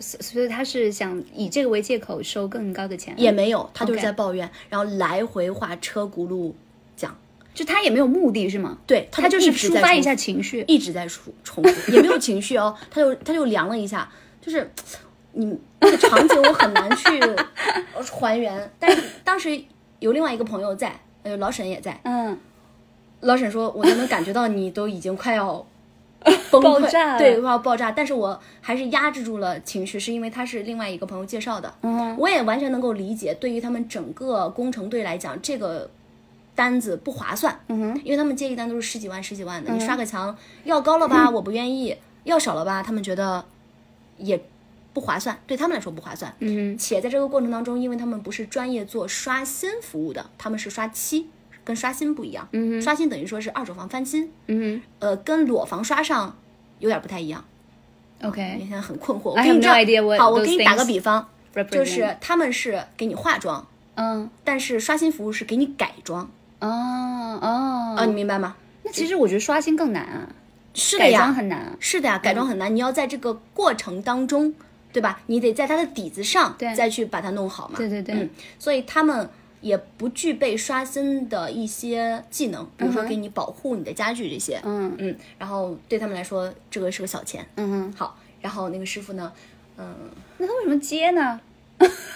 Speaker 2: 所所以他是想以这个为借口收更高的钱，
Speaker 1: 也没有，他就是在
Speaker 2: OK
Speaker 1: 抱怨然后来回画车轱辘讲，
Speaker 2: 就他也没有目的是吗？
Speaker 1: 对
Speaker 2: 他就是
Speaker 1: 一直
Speaker 2: 抒
Speaker 1: 在
Speaker 2: 发
Speaker 1: 重
Speaker 2: 一下
Speaker 1: 复
Speaker 2: 情绪。
Speaker 1: 一直在重重复，也没有情绪 哦，他就他就凉了一下，就是你这个场景我很难去呃还原，但是当时有另外一个朋友在，呃，老沈也在，
Speaker 2: 嗯，
Speaker 1: 老沈说，我都能感觉到你都已经快 要崩溃
Speaker 2: 爆炸了
Speaker 1: 对，快要爆炸，但是我还是压制住了情绪，是因为他是另外一个朋友介绍的，
Speaker 2: 嗯
Speaker 1: 我也完全能够理解，对于他们整个工程队来讲，这个单子不划算，
Speaker 2: 嗯哼，嗯
Speaker 1: 因为他们接一单都是十几万、十几万的，你刷个墙要高了吧，我不愿意；要少了吧，他们觉得也不划算，对他们来说不划算。
Speaker 2: 嗯哼，
Speaker 1: 且在这个过程当中，因为他们不是专业做刷新服务的，他们是刷漆，跟刷新不一样。
Speaker 2: 嗯哼，
Speaker 1: 刷新等于说是二手房翻新，
Speaker 2: 嗯
Speaker 1: 呃，跟裸房刷上有点不太一样。
Speaker 2: 哼
Speaker 1: 你
Speaker 2: ，OK，
Speaker 1: 现在很困惑，我
Speaker 2: I
Speaker 1: 给
Speaker 2: have
Speaker 1: 你
Speaker 2: no
Speaker 1: 这样
Speaker 2: idea what
Speaker 1: 好，我
Speaker 2: those
Speaker 1: 给你打个
Speaker 2: things
Speaker 1: 比方，就
Speaker 2: represent
Speaker 1: 是他们是给你化妆，
Speaker 2: 嗯，
Speaker 1: 但是刷新服务是给你改装
Speaker 2: 哦哦，
Speaker 1: 啊，你明白吗？
Speaker 2: 那其实我觉得刷新更难啊，
Speaker 1: 是的
Speaker 2: 改
Speaker 1: 呀
Speaker 2: 装，很难啊。
Speaker 1: 是的呀，改装很难，你要在这个过程当中，对吧？你得在它的底子上
Speaker 2: 对
Speaker 1: 再去把它弄好嘛。
Speaker 2: 对对对
Speaker 1: 嗯，所以他们也不具备刷新的一些技能，比如说
Speaker 2: 嗯哼
Speaker 1: 给你保护你的家具这些。
Speaker 2: 嗯
Speaker 1: 嗯，然后对他们来说，这个是个小钱。
Speaker 2: 嗯哼，
Speaker 1: 好，然后那个师傅呢，嗯，
Speaker 2: 那他为什么接呢？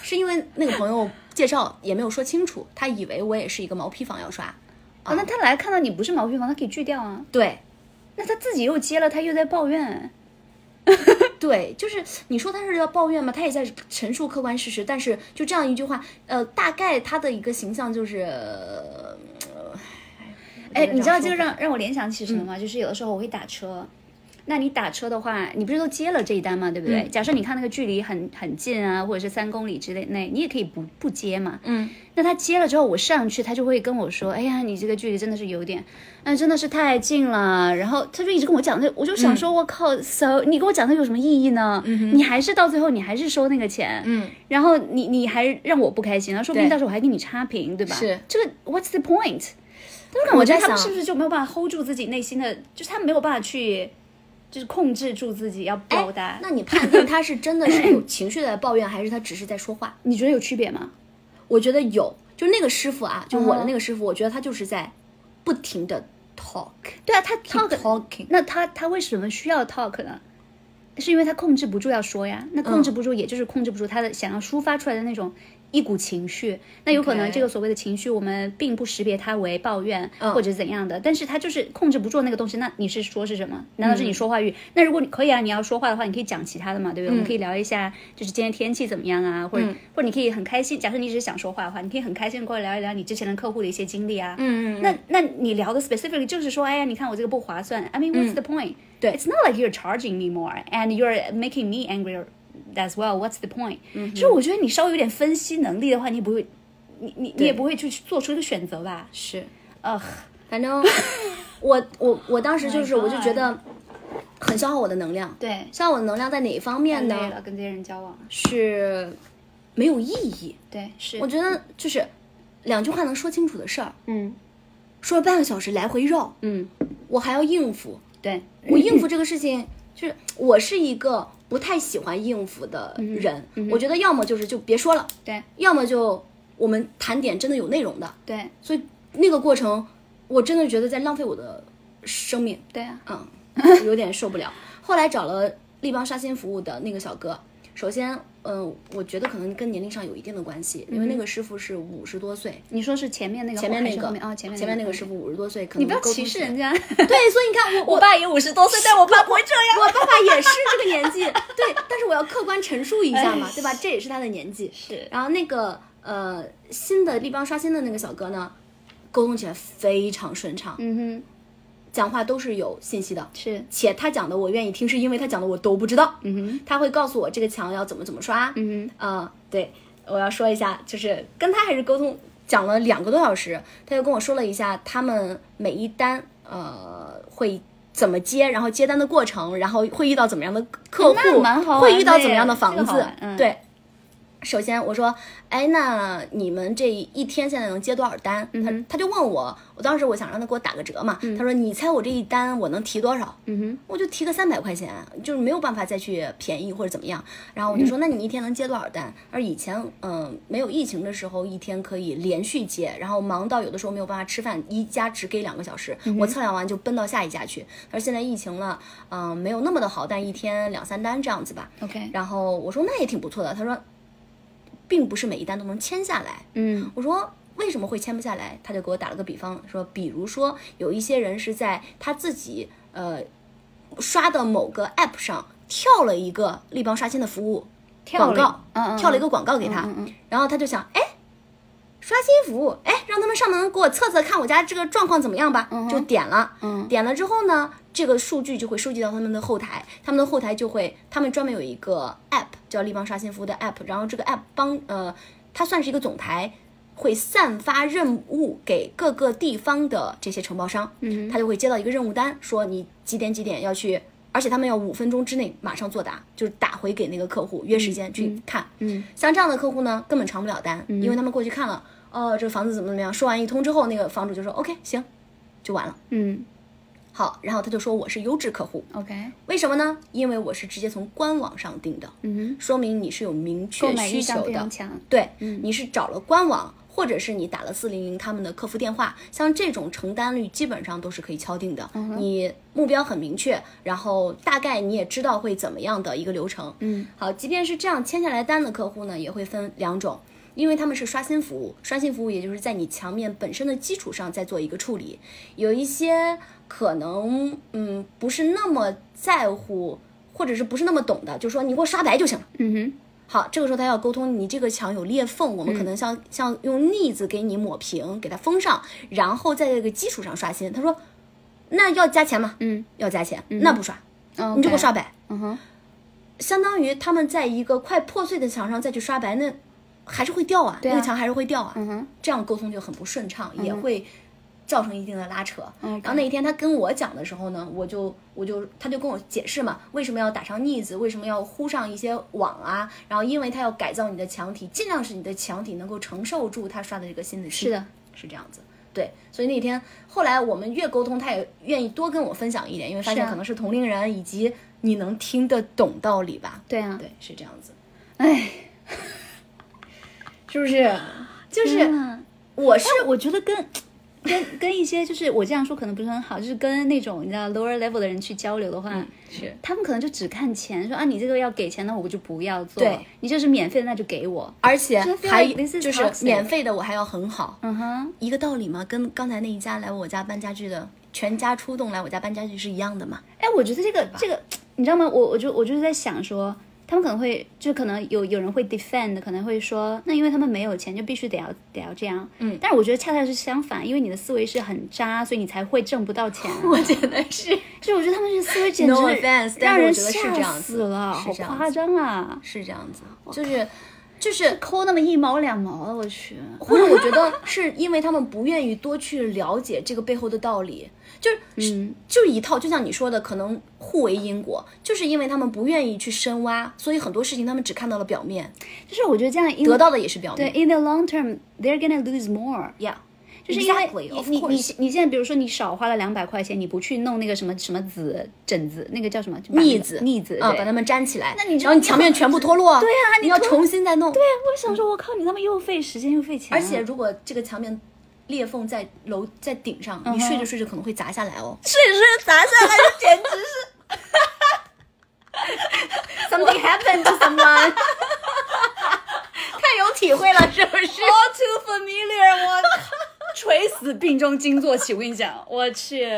Speaker 1: 是因为那个朋友介绍也没有说清楚，他以为我也是一个毛坯房要刷。
Speaker 2: 啊，那他来看到你不是毛坯房，他可以拒掉啊。
Speaker 1: 对，
Speaker 2: 那他自己又接了，他又在抱怨。
Speaker 1: 对，就是你说他是要抱怨吗？他也在陈述客观事实，但是就这样一句话，呃，大概他的一个形象就是，呃
Speaker 2: 哎，你知道这个
Speaker 1: 让
Speaker 2: 让让我联想起什么吗？就是有的时候我会打车，那你打车的话，你不是都接了这一单嘛，对不对？假设你看那个距离很很近啊，或者是三公里之内内，你也可以不不接嘛。
Speaker 1: 嗯，
Speaker 2: 那他接了之后，我上去，他就会跟我说：“哎呀，你这个距离真的是有点，嗯，真的是太近了。”然后他就一直跟我讲这，我就
Speaker 1: 嗯
Speaker 2: 想说：“我靠，so 你跟我讲这有什么意义呢？你还是到最后你还是收那个钱，
Speaker 1: 嗯，
Speaker 2: 然后你你还让我不开心，然后说不定
Speaker 1: 对
Speaker 2: 到时候我还给你差评，对吧？
Speaker 1: 是
Speaker 2: 这个 What's the point？但是感
Speaker 1: 我
Speaker 2: 嗯觉
Speaker 1: 在
Speaker 2: 他们
Speaker 1: 想
Speaker 2: 是不是就没有办法 hold 住自己内心的，就是他没有办法去，就是控制住自己要表达。
Speaker 1: 哎那你判定他是真的是有情绪在抱怨， 还是他只是在说话？
Speaker 2: 你觉得有区别吗？
Speaker 1: 我觉得有，就那个师傅啊，就我的
Speaker 2: 嗯
Speaker 1: 那个师傅，我觉得他就是在不停的 talk
Speaker 2: 对啊，他
Speaker 1: keep
Speaker 2: talk，
Speaker 1: talking，
Speaker 2: 那他他为什么需要 talk 呢？是因为他控制不住要说呀，那控制不住也就是控制不住他的想要抒发出来的那种一股情绪，那有可能
Speaker 1: OK
Speaker 2: 这个所谓的情绪，我们并不识别它为抱怨
Speaker 1: 嗯
Speaker 2: 或者怎样的，但是他就是控制不住那个东西，那你是说是什么？难道是
Speaker 1: 嗯
Speaker 2: 你说话欲？那如果你可以啊，你要说话的话，你可以讲其他的嘛，对不
Speaker 1: 嗯
Speaker 2: 对？我们可以聊一下，就是今天天气怎么样啊，或者、或者你可以很开心，假设你只是想说话的话，你可以很开心地跟我聊一聊你之前的客户的一些经历啊，嗯。
Speaker 1: 嗯，
Speaker 2: 那那你聊的 specifically 就是说，哎呀，你看我这个不划算。I mean, what's the point?、
Speaker 1: 嗯对
Speaker 2: it's not like you're charging me more and you're making me angry as well. What's the point?、就是
Speaker 1: 嗯
Speaker 2: 我觉得你稍微有点分析能力的话，你也不会，你你你也不会去做出一个选择吧？
Speaker 1: 是，
Speaker 2: 呃，
Speaker 1: 反正我我我当时就是
Speaker 2: Oh my
Speaker 1: 我就觉得很消耗我的能量，
Speaker 2: 对，
Speaker 1: 消耗我的能量在哪一方
Speaker 2: 太
Speaker 1: 面
Speaker 2: 累
Speaker 1: 呢？
Speaker 2: 了，跟这些人交往，
Speaker 1: 是没有意义，
Speaker 2: 对，是，
Speaker 1: 我觉得就是两句话能说清楚的事儿，
Speaker 2: 嗯
Speaker 1: 说了半个小时来回绕，
Speaker 2: 嗯，
Speaker 1: 我还要应付，
Speaker 2: 对，
Speaker 1: 我应付这个事情，就是我是一个不太喜欢应付的
Speaker 2: 嗯
Speaker 1: 人，我觉得要么就是就别说了，
Speaker 2: 对
Speaker 1: 要么就我们谈点真的有内容的，
Speaker 2: 对
Speaker 1: 所以那个过程我真的觉得在浪费我的生命，
Speaker 2: 对啊，
Speaker 1: 嗯，有点受不了。后来找了立邦沙欣服务的那个小哥，首先，嗯、我觉得可能跟年龄上有一定的关系，因为那个师傅是五十多岁，
Speaker 2: 你说是前面那个，
Speaker 1: 前面那
Speaker 2: 还是
Speaker 1: 个
Speaker 2: 嗯后面啊，前面
Speaker 1: 前面那个
Speaker 2: 是
Speaker 1: 师，傅五十多岁，可能
Speaker 2: 你不要
Speaker 1: 沟通
Speaker 2: 歧视
Speaker 1: 起来
Speaker 2: 人家，
Speaker 1: 对，所以你 看我
Speaker 2: 我
Speaker 1: 我
Speaker 2: 爸也五十多岁，但我爸不会这
Speaker 1: 我
Speaker 2: 样。
Speaker 1: 爸爸也是这个年纪，对，但是我要客观陈述一下嘛，对吧？这也是他的年纪。
Speaker 2: 哎是
Speaker 1: 然后那个呃，新的立邦刷新的那个小哥呢，沟通起来非常顺畅，
Speaker 2: 嗯
Speaker 1: 讲话都是有信息的，
Speaker 2: 哼，是，
Speaker 1: 且他讲的我愿意听，是因为他讲的我都不知道。
Speaker 2: 嗯哼，
Speaker 1: 他会告诉我这个墙要怎么怎么刷。
Speaker 2: 嗯哼，
Speaker 1: 呃，对，我要说一下，就是跟他还是沟通讲了两个多小时，他就跟我说了一下他们每一单呃会怎么接，然后接单的过程，然后会遇到怎么样的客
Speaker 2: 哎那
Speaker 1: 户，
Speaker 2: 蛮好玩的
Speaker 1: 会
Speaker 2: 耶
Speaker 1: 遇到怎么样的
Speaker 2: 这
Speaker 1: 房
Speaker 2: 个好
Speaker 1: 子
Speaker 2: 玩，嗯
Speaker 1: 对。首先我说，哎，那你们这一天现在能接多少单？
Speaker 2: 嗯
Speaker 1: 他他就问我，我当时我想让他给我打个折嘛，他说你猜我这一单我能提多少？
Speaker 2: 嗯哼。
Speaker 1: 我就提个三百块钱，就是没有办法再去便宜或者怎么样。然后我就说，那你一天能接多少单？而以前，嗯、没有疫情的时候，一天可以连续接，然后忙到有的时候没有办法吃饭，一家只给两个小时，我测量完就奔到下一家去。而现在疫情了，嗯、没有那么的好，但一天两三单这样子吧。
Speaker 2: OK，
Speaker 1: 然后我说那也挺不错的，他说，并不是每一单都能签下来，
Speaker 2: 嗯
Speaker 1: 我说为什么会签不下来？他就给我打了个比方，说比如说有一些人是在他自己呃刷的某个 app 上跳了一个立邦刷新的服务
Speaker 2: 跳
Speaker 1: 广
Speaker 2: 了
Speaker 1: 告，
Speaker 2: 嗯嗯嗯
Speaker 1: 跳了一个广告给他，
Speaker 2: 嗯嗯嗯
Speaker 1: 然后他就想，哎。刷新服务，哎，让他们上门给我测测看我家这个状况怎么样吧，就点了，
Speaker 2: 嗯
Speaker 1: 点了之后呢，这个数据就会收集到他们的后台，他们的后台就会，他们专门有一个 app 叫立邦刷新服务的 app，然后这个 app 帮呃，它算是一个总台，会散发任务给各个地方的这些承包商，嗯，他就会接到一个任务单，说你几点几点要去。而且他们要五分钟之内马上作答，就是打回给那个客户，约时间去看。
Speaker 2: 嗯
Speaker 1: 像这样的客户呢，根本长不了单，因为他们过去看了，哦，这房子怎么怎么样，说完一通之后，那个房主就说 OK 行，就完了。
Speaker 2: 嗯
Speaker 1: 好，然后他就说我是优质客户，
Speaker 2: ，OK，
Speaker 1: 为什么呢？因为我是直接从官网上订的，
Speaker 2: 嗯哼，
Speaker 1: 说明你是有明
Speaker 2: 购
Speaker 1: 确
Speaker 2: 买欲
Speaker 1: 需
Speaker 2: 向
Speaker 1: 求
Speaker 2: 非
Speaker 1: 的
Speaker 2: 常，强，
Speaker 1: 对，你是找了官网。或者是你打了四零零他们的客服电话，像这种承担率基本上都是可以敲定的。你目标很明确，然后大概你也知道会怎么样的一个流程。
Speaker 2: 嗯，
Speaker 1: 好，即便是这样签下来单的客户呢，也会分两种，因为他们是刷新服务，刷新服务也就是在你墙面本身的基础上再做一个处理。有一些可能嗯不是那么在乎，或者是不是那么懂的，就说你给我刷白就行了。
Speaker 2: 嗯哼，
Speaker 1: 好，这个时候他要沟通，你这个墙有裂缝，我们
Speaker 2: 嗯
Speaker 1: 可能像、像用腻子给你抹平，给它封上，然后在这个基础上刷新。他说，那要加钱吗？
Speaker 2: 嗯，
Speaker 1: 要加钱，那不刷。
Speaker 2: 嗯，
Speaker 1: 你就给我刷白。
Speaker 2: 嗯哼，
Speaker 1: 相当于他们在一个快破碎的墙上再去刷白，那还是会掉啊，
Speaker 2: 对啊
Speaker 1: 那个墙还是会掉啊。
Speaker 2: 嗯哼，嗯
Speaker 1: 这样沟通就很不顺畅，也会造成一定的拉扯。
Speaker 2: OK
Speaker 1: 然后那一天他跟我讲的时候呢，我就我就他就跟我解释嘛，为什么要打上腻子，为什么要糊上一些网啊，然后因为他要改造你的墙体，尽量使你的墙体能够承受住他刷的这个新的漆。
Speaker 2: 是的，
Speaker 1: 是这样子。对，所以那天后来我们越沟通，他也愿意多跟我分享一点，因为发
Speaker 2: 是
Speaker 1: 现
Speaker 2: 啊
Speaker 1: 可能是同龄人，以及你能听得懂道理吧。
Speaker 2: 对啊，
Speaker 1: 对，是这样子，
Speaker 2: 哎，
Speaker 1: 是不是？就是
Speaker 2: 嗯
Speaker 1: 我是
Speaker 2: 我觉得跟跟 跟一些就是我这样说可能不是很好，就是跟那种你知道 lower level 的人去交流的话，
Speaker 1: 是
Speaker 2: 他们可能就只看钱，说啊你这个要给钱，那我就不要做，
Speaker 1: 对
Speaker 2: 你这是免费的，那就给我。
Speaker 1: 而且
Speaker 2: So I feel
Speaker 1: 还
Speaker 2: like this is
Speaker 1: 就是免费的，我还要很好，
Speaker 2: 嗯哼，
Speaker 1: 一个道理嘛，跟刚才那一家来我家搬家具的全家出动来我家搬家具是一样的嘛。
Speaker 2: 哎，我觉得这个这个，你知道吗？我我就我就是在想说，他们可能会就可能有有人会 defend，可能会说，那因为他们没有钱，就必须得要得要这样。嗯，但是我觉得恰恰是相反，因为你的思维是很渣，所以你才会挣不到钱。
Speaker 1: 我觉得是
Speaker 2: 就我觉得他们这个思维简直
Speaker 1: No
Speaker 2: 是
Speaker 1: offense，但
Speaker 2: 让
Speaker 1: 是我觉得是
Speaker 2: 人吓
Speaker 1: 这样子
Speaker 2: 死了，
Speaker 1: 是
Speaker 2: 好
Speaker 1: 这样
Speaker 2: 夸
Speaker 1: 子
Speaker 2: 张啊！
Speaker 1: 是这样子，就是就是。
Speaker 2: 抠那么一毛两毛的，我去，
Speaker 1: 或者我觉得是因为他们不愿意多去了解这个背后的道理，就是、
Speaker 2: 嗯
Speaker 1: 就是一套，就像你说的，可能互为因果，就是因为他们不愿意去深挖，所以很多事情他们只看到了表面，
Speaker 2: 就是我觉得这样 in-
Speaker 1: 得到的也是表
Speaker 2: 对
Speaker 1: 面。
Speaker 2: in the long term they're gonna lose more。
Speaker 1: ，Yeah，
Speaker 2: 嗯就是因为
Speaker 1: Exactly,
Speaker 2: 你
Speaker 1: of
Speaker 2: 你你
Speaker 1: course.
Speaker 2: 你现在比如说你少花了两百块钱，你不去弄那个什么什么子疹子，那个叫什么就把那个
Speaker 1: 腻子
Speaker 2: 腻子
Speaker 1: 啊，
Speaker 2: 对
Speaker 1: 把它们粘起来，
Speaker 2: 那你就
Speaker 1: 然后你墙面全部脱落，
Speaker 2: 对啊你
Speaker 1: 你要
Speaker 2: 脱
Speaker 1: 重新再弄，
Speaker 2: 对，我想说，我靠，你他妈又费时间又费钱，啊
Speaker 1: 而且 如果这个墙面裂缝在楼在顶上，你睡着睡着可能会砸下来哦。
Speaker 2: 嗯 睡着睡着砸下来，就简直是 something happened to someone。
Speaker 1: 太有体会了，是不是？
Speaker 2: All too familiar，我 垂死病中惊坐起。我跟你讲，我去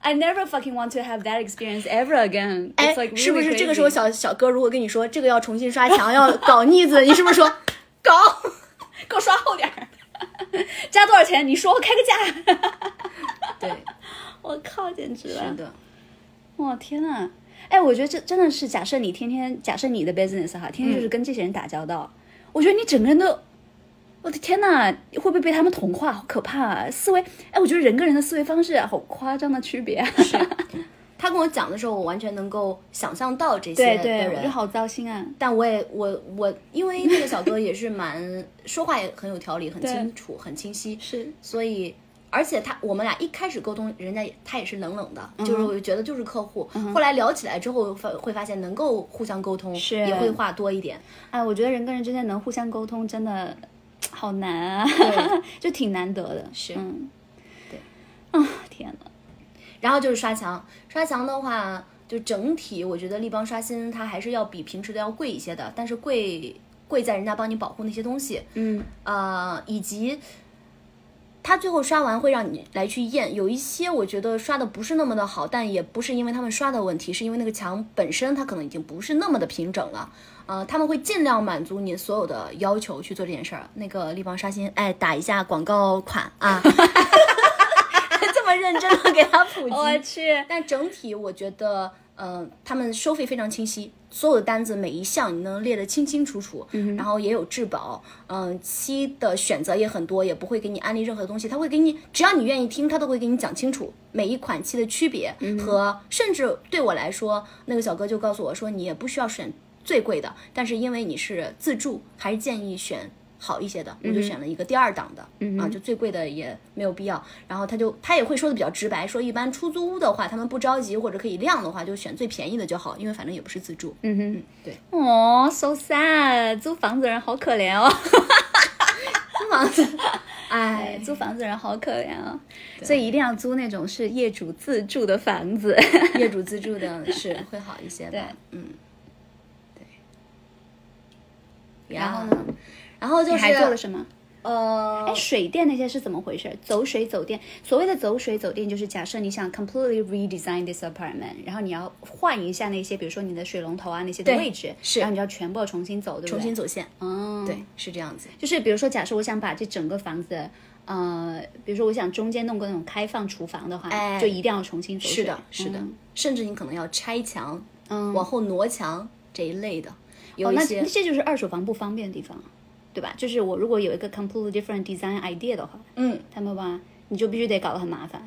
Speaker 2: ，I never fucking want to have that experience ever again。
Speaker 1: 哎
Speaker 2: It's like really
Speaker 1: 是不是
Speaker 2: crazy
Speaker 1: 这个时候小小哥如果跟你说这个要重新刷墙，要搞腻子，你是不是 说搞？
Speaker 2: 给我刷厚点儿？ 加多少钱？你说我开个价。
Speaker 1: 对，
Speaker 2: 我靠，简直了！
Speaker 1: 是的，
Speaker 2: 哇，天呐！哎，我觉得这真的是，假设你天天，假设你的 business 哈，天天
Speaker 1: 嗯
Speaker 2: 就是跟这些人打交道，我觉得你整个人都，我的天呐，会不会被他们同化？好可怕、啊！思维，哎，我觉得人跟人的思维方式啊好夸张的区别、啊。
Speaker 1: 他跟我讲的时候，我完全能够想象到这些
Speaker 2: 对
Speaker 1: 的
Speaker 2: 对，我
Speaker 1: 人
Speaker 2: 觉得好糟心啊！
Speaker 1: 但我也我我，因为那个小哥也是蛮说话也很有条理，很
Speaker 2: 对
Speaker 1: 清楚，很清晰，
Speaker 2: 是
Speaker 1: 所以。而且他我们俩一开始沟通，人家也他也是冷冷的，
Speaker 2: 嗯
Speaker 1: 就是我觉得就是客户。后来聊起来之后，发会发现能够互相沟通，
Speaker 2: 是
Speaker 1: 也会话多一 点。
Speaker 2: 哎，我觉得人跟人之间能互相沟通，真的好难啊， 就挺难得的。
Speaker 1: 是
Speaker 2: 嗯，
Speaker 1: 对。
Speaker 2: 啊、天呐，
Speaker 1: 然后就是刷墙，刷墙的话，就整体我觉得立邦刷新它还是要比平时的要贵一些的，但是贵贵在人家帮你保护那些东西，
Speaker 2: 嗯，
Speaker 1: 呃，以及它最后刷完会让你来去验，有一些我觉得刷的不是那么的好，但也不是因为他们刷的问题，是因为那个墙本身它可能已经不是那么的平整了。呃，他们会尽量满足你所有的要求去做这件事儿。那个立邦刷新，哎，打一下广告款啊， 这么认真的给他普及。
Speaker 2: 我去，
Speaker 1: 但整体我觉得，呃，他们收费非常清晰，所有的单子每一项你能列得清清楚楚，然后也有质保，嗯、漆的选择也很多，也不会给你安利任何东西，他会给你，只要你愿意听，他都会给你讲清楚每一款漆的区别和，甚至对我来说，那个小哥就告诉我说，你也不需要选最贵的，但是因为你是自助，还是建议选。好一些
Speaker 2: 嗯
Speaker 1: 的，我就选了一个第二档的，啊，就最贵的也没有必要。然后他就他也会说的比较直白，说一般出租屋的话，他们不着急或者可以晾的话，就选最便宜的就好，因为反正也不是自住。
Speaker 2: 嗯哼，
Speaker 1: 对，
Speaker 2: 哦，so sad，租房子的人好可怜哦，
Speaker 1: 租房子，哎
Speaker 2: 哎，，租房子的人好可怜哦，所以一定要租那种是业主自住的房子。
Speaker 1: 业主自住的是会好一些吧。
Speaker 2: 对
Speaker 1: 嗯，对。
Speaker 2: 然后
Speaker 1: 呀
Speaker 2: 呢？
Speaker 1: 然后就
Speaker 2: 你
Speaker 1: 是
Speaker 2: 还做了什么？
Speaker 1: 呃，
Speaker 2: 哎，水电那些是怎么回事？走水走电，所谓的走水走电，就是假设你想 completely redesign this apartment，然后你要换一下那些，比如说你的水龙头啊那些的
Speaker 1: 对
Speaker 2: 位置，
Speaker 1: 是
Speaker 2: 然后你就要全部重新走，对不对？
Speaker 1: 重新，走线，
Speaker 2: 嗯，
Speaker 1: 对，，是这样子。
Speaker 2: 就是比如说，假设我想把这整个房子，呃，比如说我想中间弄个那种开放厨房的话，
Speaker 1: 哎
Speaker 2: 就一定要重新走水。
Speaker 1: 是的，是的
Speaker 2: 嗯，
Speaker 1: 甚至你可能要拆墙，
Speaker 2: 嗯
Speaker 1: 往后挪墙这一类的，有
Speaker 2: 哦，
Speaker 1: 一
Speaker 2: 那
Speaker 1: 些
Speaker 2: 那这就是二手房不方便的地方，啊对吧？就是我如果有一个 completely different design idea 的话，
Speaker 1: 嗯
Speaker 2: 他们吧，你就必须得搞得很麻烦，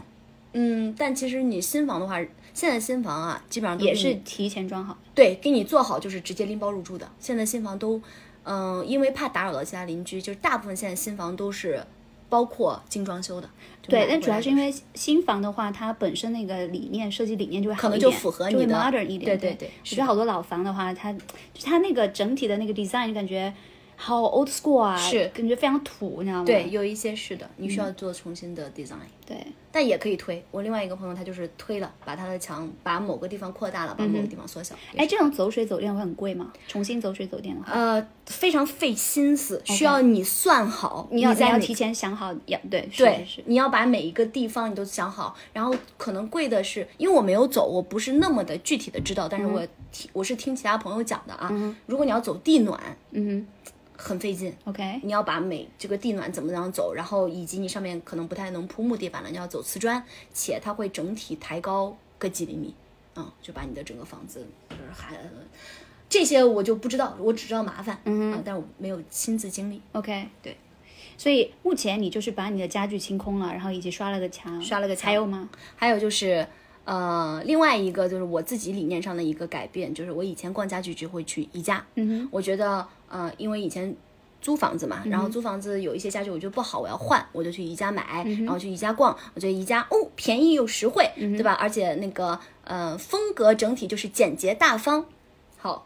Speaker 1: 嗯，但其实你新房的话，现在新房啊，基本上都
Speaker 2: 也
Speaker 1: 给
Speaker 2: 是
Speaker 1: 你
Speaker 2: 提前装好。
Speaker 1: 对，给你做好就是直接拎包入住的。现在新房都，嗯、因为怕打扰到其他邻居，就是大部分现在新房都是包括精装修的。就买
Speaker 2: 对，
Speaker 1: 回
Speaker 2: 但主
Speaker 1: 来
Speaker 2: 要是
Speaker 1: 就
Speaker 2: 因为新房的话，它本身那个理念设计理念就会好
Speaker 1: 可能
Speaker 2: 一
Speaker 1: 就
Speaker 2: 点
Speaker 1: 符合
Speaker 2: 就
Speaker 1: 你
Speaker 2: 会
Speaker 1: 的
Speaker 2: modern 一点。
Speaker 1: 对
Speaker 2: 对
Speaker 1: 对对
Speaker 2: 我
Speaker 1: 是
Speaker 2: 觉得好多老房的话，它就它那个整体的那个 design 就感觉好 old school 啊，
Speaker 1: 是
Speaker 2: 感觉非常土，你知道吗？
Speaker 1: 对，有一些是的，你需要做重新的 design，、
Speaker 2: 对，
Speaker 1: 但也可以推。我另外一个朋友他就是推了，把他的墙把某个地方扩大了，把某个地方缩小。
Speaker 2: 哎，这种走水走电会很贵吗？重新走水走电的话，
Speaker 1: 呃，非常费心思，需要你算好，
Speaker 2: 你要
Speaker 1: 在哪
Speaker 2: 要提前想好，要对是
Speaker 1: 对
Speaker 2: 是是，
Speaker 1: 你要把每一个地方你都想好，然后可能贵的是，因为我没有走，我不是那么的具体的知道，但是
Speaker 2: 嗯
Speaker 1: 我听、我是听其他朋友讲的啊。如果你要走地暖，
Speaker 2: 嗯
Speaker 1: 很费劲。
Speaker 2: 哼，OK，
Speaker 1: 你要把每这个地暖怎么样走，然后以及你上面可能不太能铺木地板了，你要走瓷砖，且它会整体抬高个几厘米，嗯，就把你的整个房子就是还这些我就不知道，我只知道麻烦，嗯、但我没有亲自经历，
Speaker 2: OK，
Speaker 1: 对。
Speaker 2: 所以目前你就是把你的家具清空了，然后以及刷了个墙，
Speaker 1: 刷了个墙
Speaker 2: 还有吗？
Speaker 1: 还有就是，呃，另外一个就是我自己理念上的一个改变，就是我以前逛家具只会去宜家，
Speaker 2: 嗯哼，嗯
Speaker 1: 我觉得，呃，因为以前租房子嘛，然后租房子有一些家具我觉得不好，我要换，我就去宜家买，
Speaker 2: 嗯
Speaker 1: 然后去宜家逛，我觉得宜家哦便宜又实惠，对吧？而且那个呃风格整体就是简洁大方，好。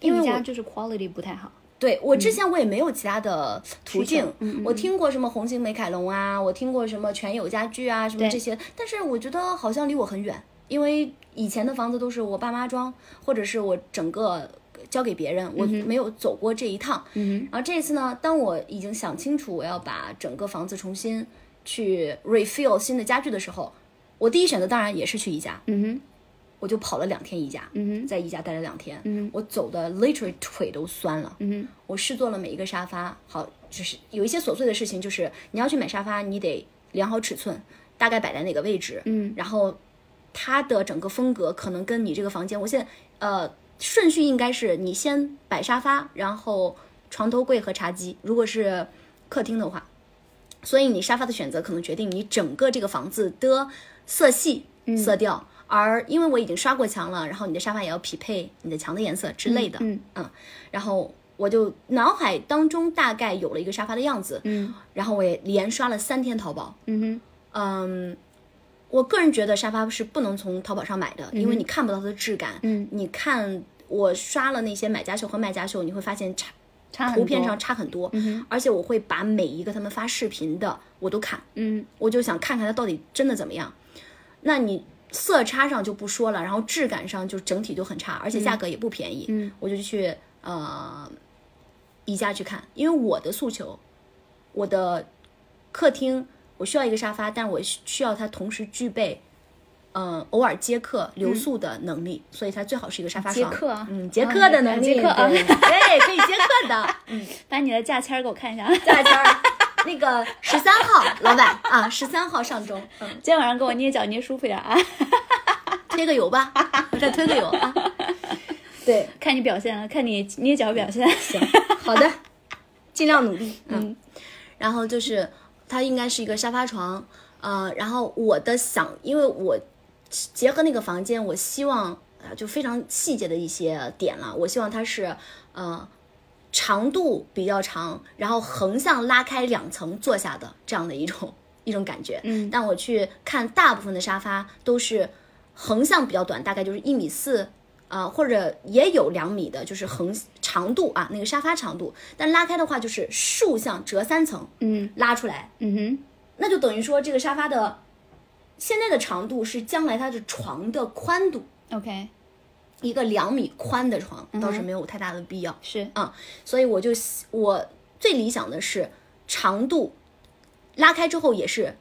Speaker 1: 因为
Speaker 2: 你
Speaker 1: 我
Speaker 2: 家就是 quality 不太好，
Speaker 1: 对我之前我也没有其他的途径，
Speaker 2: 嗯
Speaker 1: 我听过什么红星美凯龙啊，我听过什么全友家具啊，什么
Speaker 2: 对
Speaker 1: 这些，但是我觉得好像离我很远，因为以前的房子都是我爸妈装，或者是我整个交给别人，我没有走过这一趟。
Speaker 2: 嗯
Speaker 1: 然后这一次呢，当我已经想清楚我要把整个房子重新去 refill 新的家具的时候，我第一选择当然也是去宜家，
Speaker 2: 哼，嗯哼，
Speaker 1: 我就跑了两天宜家，
Speaker 2: 嗯哼，
Speaker 1: 在宜家待了两天，
Speaker 2: 嗯
Speaker 1: 我走的 literally 腿都酸了。
Speaker 2: 嗯
Speaker 1: 我试坐了每一个沙发，好，就是有一些琐碎的事情，就是你要去买沙发，你得量好尺寸，大概摆在哪个位置，
Speaker 2: 嗯
Speaker 1: 然后它的整个风格可能跟你这个房间，我现在呃顺序应该是你先摆沙发，然后床头柜和茶几，如果是客厅的话，所以你沙发的选择可能决定你整个这个房子的色系、
Speaker 2: 嗯
Speaker 1: 色调。而因为我已经刷过墙了，然后你的沙发也要匹配你的墙的颜色之类的，
Speaker 2: 嗯
Speaker 1: 然后我就脑海当中大概有了一个沙发的样子，
Speaker 2: 嗯
Speaker 1: 然后我也连刷了三天淘宝。
Speaker 2: 嗯哼，
Speaker 1: 嗯，我个人觉得沙发是不能从淘宝上买的，因为你看不到它的质感。
Speaker 2: 嗯，
Speaker 1: 你看我刷了那些买家秀和卖家秀，你会发现差
Speaker 2: 差很
Speaker 1: 图片
Speaker 2: 多
Speaker 1: 上，差很多，
Speaker 2: 嗯哼
Speaker 1: 而且我会把每一个他们发视频的我都看，
Speaker 2: 嗯
Speaker 1: 我就想看看它到底真的怎么样。那你色差上就不说了，然后质感上就整体就很差，而且价格也不便宜。
Speaker 2: 嗯，
Speaker 1: 我就去呃宜家去看，因为我的诉求，我的客厅我需要一个沙发，但我需需要它同时具备。嗯，偶尔接客留宿的能力，所以它最好是一个沙发
Speaker 2: 嗯接
Speaker 1: 床。
Speaker 2: 客啊
Speaker 1: 嗯，接
Speaker 2: 啊
Speaker 1: 客的能力，
Speaker 2: 接客啊
Speaker 1: 对，对可以接客的。
Speaker 2: 把你的价签儿给我看一下，
Speaker 1: 大家儿，那个十三号老板啊，十三号上钟，嗯，
Speaker 2: 今天晚上给我捏脚捏舒服点啊，
Speaker 1: 推个油吧，再推个油啊。对，
Speaker 2: 看你表现了，看你捏脚表现，
Speaker 1: 行，好的，尽量努力。嗯，然后就是它应该是一个沙发床，呃，然后我的想，因为我结合那个房间，我希望啊，就非常细节的一些点了，我希望它是呃。长度比较长，然后横向拉开两层坐下的这样的一种 一种感觉。
Speaker 2: 嗯
Speaker 1: 但我去看大部分的沙发都是横向比较短，大概就是一米四啊，或者也有两米的，就是横长度啊，那个沙发长度。但拉开的话就是竖向折三层
Speaker 2: 嗯
Speaker 1: 拉出来，
Speaker 2: 嗯哼，
Speaker 1: 那就等于说这个沙发的现在的长度是将来它的床的宽度，
Speaker 2: OK，
Speaker 1: 一个两米宽的床
Speaker 2: 嗯哼
Speaker 1: 倒是没有太大的必要。
Speaker 2: 是，
Speaker 1: 啊，所以我就希我最理想的是长度拉开之后也是，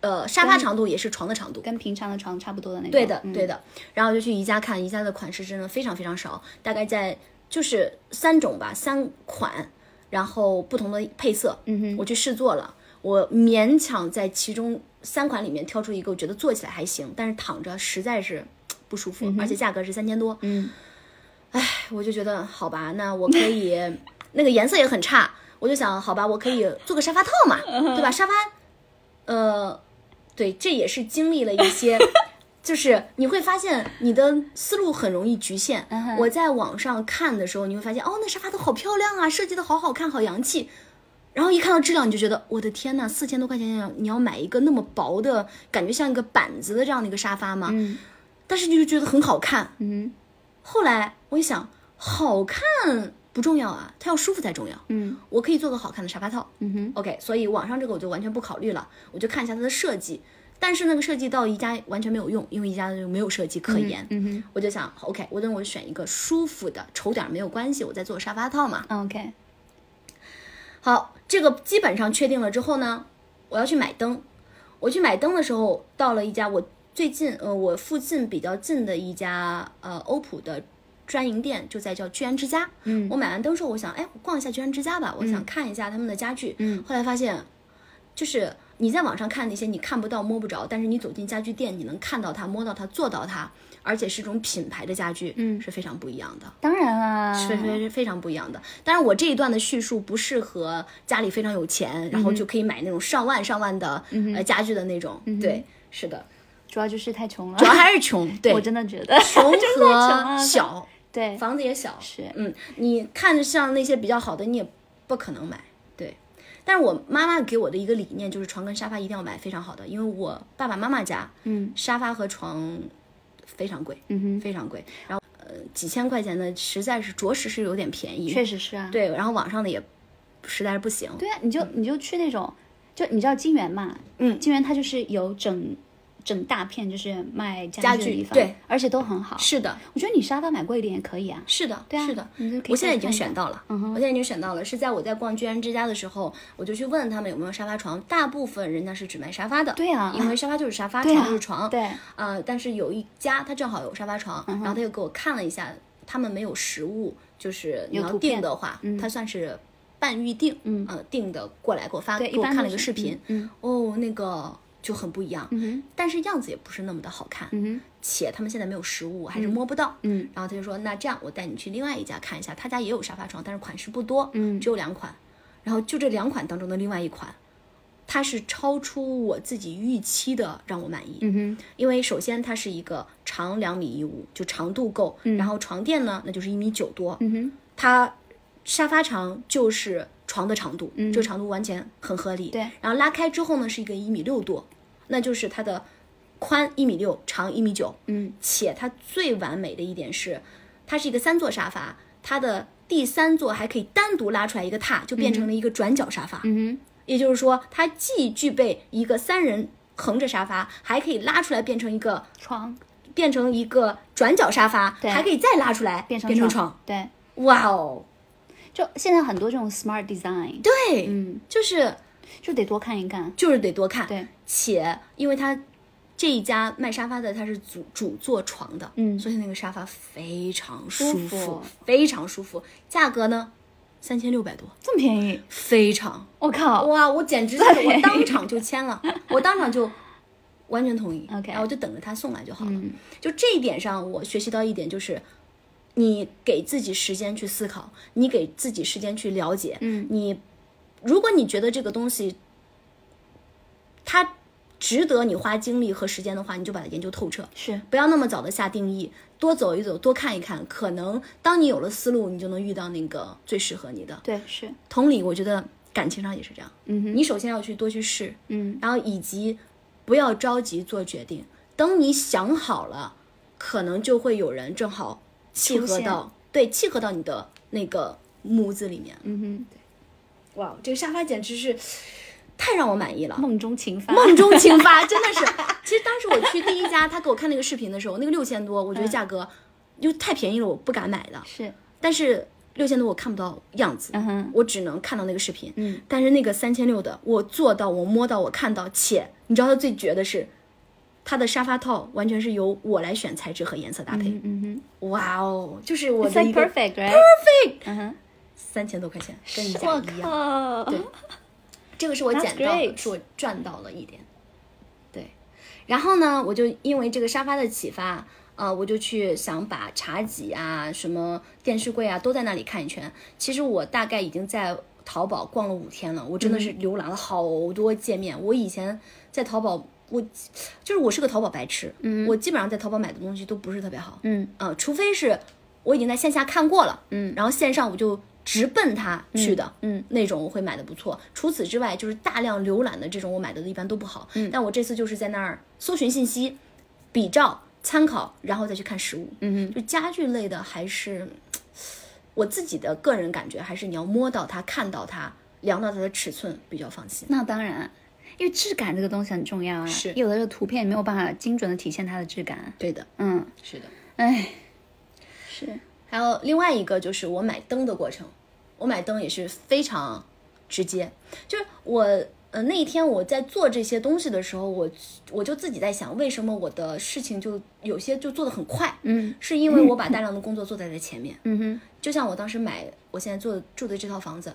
Speaker 1: 呃，沙发长度也是床的长度。
Speaker 2: 跟平常的床差不多的那种。
Speaker 1: 对的，
Speaker 2: 嗯
Speaker 1: 对的。然后就去宜家看，宜家的款式真的非常非常少，大概在就是三种吧，三款，然后不同的配色。嗯哼，我去试做了，我勉强在其中三款里面挑出一个，我觉得做起来还行，但是躺着实在是不舒服，而且价格是三千多。嗯，唉，我就觉得好吧，那我可以，那个颜色也很差，我就想好吧，我可以做个沙发套嘛，对吧？沙发，呃，对，这也是经历了一些。就是你会发现你的思路很容易局限。我在网上看的时候，你会发现哦，那沙发都好漂亮啊，设计的好好看，好洋气。然后一看到质量，你就觉得我的天呐，四千多块钱你要你要买一个那么薄的，感觉像一个板子的这样的一个沙发吗？
Speaker 2: 嗯
Speaker 1: 但是你就觉得很好看。
Speaker 2: 嗯
Speaker 1: 后来我一想，好看不重要啊，它要舒服才重要。
Speaker 2: 嗯
Speaker 1: 我可以做个好看的沙发套。
Speaker 2: 嗯哼，
Speaker 1: OK，所以网上这个我就完全不考虑了，我就看一下它的设计。但是那个设计到宜家完全没有用，因为宜家就没有设计可言。
Speaker 2: 嗯
Speaker 1: 我就想好，OK，我等我选一个舒服的，丑点儿没有关系，我再做沙发套嘛。
Speaker 2: 哼，OK，
Speaker 1: 好，这个基本上确定了之后呢，我要去买灯。我去买灯的时候，到了一家我最近呃我附近比较近的一家呃欧普的专营店，就在叫居然之家。
Speaker 2: 嗯
Speaker 1: 我买完灯之后，我想，哎，我逛一下居然之家吧，我想看一下他们的家具。
Speaker 2: 嗯
Speaker 1: 后来发现，就是你在网上看那些你看不到、摸不着，但是你走进家具店，你能看到它、摸到它、做到它，而且是一种品牌的家具，
Speaker 2: 嗯
Speaker 1: 是非常不一样的。
Speaker 2: 当然啦，
Speaker 1: 是非是非常不一样的。当然，我这一段的叙述不适合家里非常有钱，然
Speaker 2: 嗯
Speaker 1: 后就可以买那种上万上万的、呃家具的那种。
Speaker 2: 嗯
Speaker 1: 对，是的，
Speaker 2: 主要就是太穷了，
Speaker 1: 主要还是穷，对，
Speaker 2: 我真的觉得
Speaker 1: 穷
Speaker 2: 就是太穷
Speaker 1: 和
Speaker 2: 了，
Speaker 1: 小，
Speaker 2: 对，
Speaker 1: 房子也小，
Speaker 2: 是
Speaker 1: 嗯，你看着像那些比较好的，你也不可能买，对。但是我妈妈给我的一个理念就是，床跟沙发一定要买非常好的，因为我爸爸妈妈家，
Speaker 2: 嗯，
Speaker 1: 沙发和床非常贵，
Speaker 2: 嗯哼，
Speaker 1: 非常贵，然后呃几千块钱的实在是着实是有点便宜，
Speaker 2: 确实是啊，
Speaker 1: 对，然后网上的也实在是不行。
Speaker 2: 对啊，你就你就去那种，就你知道金源嘛，
Speaker 1: 嗯
Speaker 2: 金源它就是有整整大片就是卖
Speaker 1: 家
Speaker 2: 家具的
Speaker 1: 具
Speaker 2: 地方，
Speaker 1: 对，
Speaker 2: 而且都很好。
Speaker 1: 是的，
Speaker 2: 我觉得你沙发买贵一点也可以啊，
Speaker 1: 是的，
Speaker 2: 对啊
Speaker 1: 是的
Speaker 2: 你就可。以
Speaker 1: 我现在
Speaker 2: 再
Speaker 1: 已经
Speaker 2: 看一嗯
Speaker 1: 选
Speaker 2: 下
Speaker 1: 到了，我现在已经选到了，是在我在逛居然之家的时候，我就去问他们有没有沙发床，大部分人家是只卖沙发的，
Speaker 2: 对啊
Speaker 1: 因为沙发就是沙发，
Speaker 2: 对
Speaker 1: 床
Speaker 2: 啊
Speaker 1: 就是床，
Speaker 2: 对嗯
Speaker 1: 呃，但是有一家他正好有沙发床，然后他又给我看了一下，他们没有实物，就是你
Speaker 2: 有
Speaker 1: 要
Speaker 2: 图
Speaker 1: 订
Speaker 2: 片嗯
Speaker 1: 的话，他算是半预定，嗯，呃，订的过来给我发，
Speaker 2: 对
Speaker 1: 给
Speaker 2: 一
Speaker 1: 我
Speaker 2: 般
Speaker 1: 看
Speaker 2: 都
Speaker 1: 了一个
Speaker 2: 是
Speaker 1: 视频，
Speaker 2: 嗯
Speaker 1: 哦，那个就很不一样，
Speaker 2: 嗯
Speaker 1: 但是样子也不是那么的好看，
Speaker 2: 哼，嗯
Speaker 1: 且他们现在没有实物，我还是摸不到。
Speaker 2: 嗯，
Speaker 1: 然后他就说，那这样我带你去另外一家看一下，他家也有沙发床，但是款式不多，
Speaker 2: 嗯
Speaker 1: 只有两款。然后就这两款当中的另外一款，它是超出我自己预期的，让我满意。
Speaker 2: 哼，嗯哼，
Speaker 1: 因为首先它是一个长两米一五，就长度够，然后床垫呢，那就是一米九多，
Speaker 2: 嗯哼，
Speaker 1: 它沙发长就是床的长度，这个长度完全很合理。
Speaker 2: 嗯对
Speaker 1: 然后拉开之后呢，是一个一米六多，那就是它的宽一米六，长一米九。
Speaker 2: 嗯，
Speaker 1: 且它最完美的一点是，它是一个三座沙发，它的第三座还可以单独拉出来一个榻，就变成了一个转角沙发。
Speaker 2: 嗯
Speaker 1: 也就是说，它既具备一个三人横着沙发，还可以拉出来变成一个
Speaker 2: 哼，床
Speaker 1: 变成一个转角沙发，
Speaker 2: 对
Speaker 1: 还可以再拉出来
Speaker 2: 变成
Speaker 1: 变成
Speaker 2: 床，对，
Speaker 1: 哇哦，
Speaker 2: 就现在很多这种 smart design，
Speaker 1: 对，
Speaker 2: 嗯，
Speaker 1: 就是
Speaker 2: 就得多看一看，
Speaker 1: 就是得多看，
Speaker 2: 对，
Speaker 1: 且因为它这一家卖沙发的，它是主主做床的，
Speaker 2: 嗯
Speaker 1: 所以那个沙发非常舒
Speaker 2: 舒服
Speaker 1: 非常舒服，价格呢三千六百多，
Speaker 2: 这么便宜，
Speaker 1: 非常
Speaker 2: 我靠，
Speaker 1: 哇，我简直就是我当场就签了，我当场就完全同意
Speaker 2: OK 嗯
Speaker 1: 然后就等着他送来就好了。就这一点上，我学习到一点就是。你给自己时间去思考，你给自己时间去了解。
Speaker 2: 嗯
Speaker 1: 你如果你觉得这个东西它值得你花精力和时间的话，你就把它研究透彻，
Speaker 2: 是，
Speaker 1: 不要那么早的下定义，多走一走，多看一看，可能当你有了思路，你就能遇到那个最适合你的。
Speaker 2: 对，是，
Speaker 1: 同理，我觉得感情上也是这样。
Speaker 2: 嗯哼，
Speaker 1: 你首先要去多去试，
Speaker 2: 嗯，
Speaker 1: 然后以及不要着急做决定，等你想好了，可能就会有人正好契
Speaker 2: 出
Speaker 1: 合
Speaker 2: 现
Speaker 1: 到，对，契合到你的那个模子里面。
Speaker 2: 嗯
Speaker 1: 哇，这个沙发简直是太让我满意了
Speaker 2: 哼，。梦中情发，
Speaker 1: 梦中 情发，真的是。其实当时我去第一家，他给我看那嗯个视频的时候，那个六千多，我觉得价格又太便宜了，我不敢买的。
Speaker 2: 是，
Speaker 1: 但是六千多我看不到样子，
Speaker 2: 嗯哼
Speaker 1: 我只能看到那个视频。
Speaker 2: 嗯，
Speaker 1: 但是那个三千六的，我做到，我摸到，我看到，且你知道它最绝的是，它的沙发套完全是由我来选材质和颜色搭配。
Speaker 2: 嗯嗯
Speaker 1: 哇哦，就是我
Speaker 2: ，It's
Speaker 1: 的
Speaker 2: like
Speaker 1: 一个
Speaker 2: perfect, right？嗯哼，
Speaker 1: 三千多块钱，跟你家
Speaker 2: 我
Speaker 1: 一样。
Speaker 2: 靠，
Speaker 1: 对这个是我
Speaker 2: That's
Speaker 1: 捡到的，
Speaker 2: great
Speaker 1: 是我赚到了一点。对，然后呢，我就因为这个沙发的启发，呃，我就去想把茶几啊、什么电视柜啊都在那里看一圈。其实我大概已经在淘宝逛了五天了，我真的
Speaker 2: 嗯
Speaker 1: 是浏览了好多界面。我以前在淘宝，我就是我是个淘宝白痴，嗯，我基本上在淘宝买的东西都不是特别好，
Speaker 2: 嗯
Speaker 1: 呃，除非是我已经在线下看过了，
Speaker 2: 嗯
Speaker 1: 然后线上我就直奔它去的，
Speaker 2: 嗯
Speaker 1: 那种我会买的不错。除此之外，就是大量浏览的这种我买的一般都不好，嗯，但我这次就是在那儿搜寻信息，比照参考，然后再去看实物，
Speaker 2: 嗯哼
Speaker 1: 就家具类的还是我自己的个人感觉，还是你要摸到它、看到它、量到它的尺寸比较放心。
Speaker 2: 那当然，因为质感这个东西很重要啊，
Speaker 1: 是
Speaker 2: 有的这个图片没有办法精准的体现它的质感，
Speaker 1: 对的，
Speaker 2: 嗯，
Speaker 1: 是的。
Speaker 2: 哎，是，
Speaker 1: 还有另外一个就是我买灯的过程，我买灯也是非常直接，就是我呃那一天我在做这些东西的时候，我我就自己在想，为什么我的事情就有些就做得很快，
Speaker 2: 嗯
Speaker 1: 是因为我把大量的工作做在了前面。
Speaker 2: 嗯哼，
Speaker 1: 就像我当时买我现在做住的这套房子，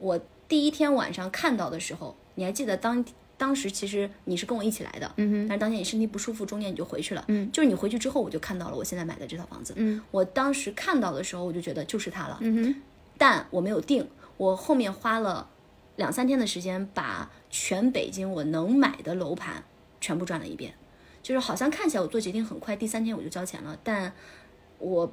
Speaker 1: 我第一天晚上看到的时候，你还记得当当时其实你是跟我一起来的，
Speaker 2: 嗯哼
Speaker 1: 但是当天你身体不舒服，中间你就回去了，
Speaker 2: 嗯
Speaker 1: 就是你回去之后我就看到了我现在买的这套房子，
Speaker 2: 嗯
Speaker 1: 我当时看到的时候我就觉得就是它了，
Speaker 2: 嗯哼，
Speaker 1: 但我没有定，我后面花了两三天的时间把全北京我能买的楼盘全部转了一遍，就是好像看起来我做决定很快，第三天我就交钱了，但我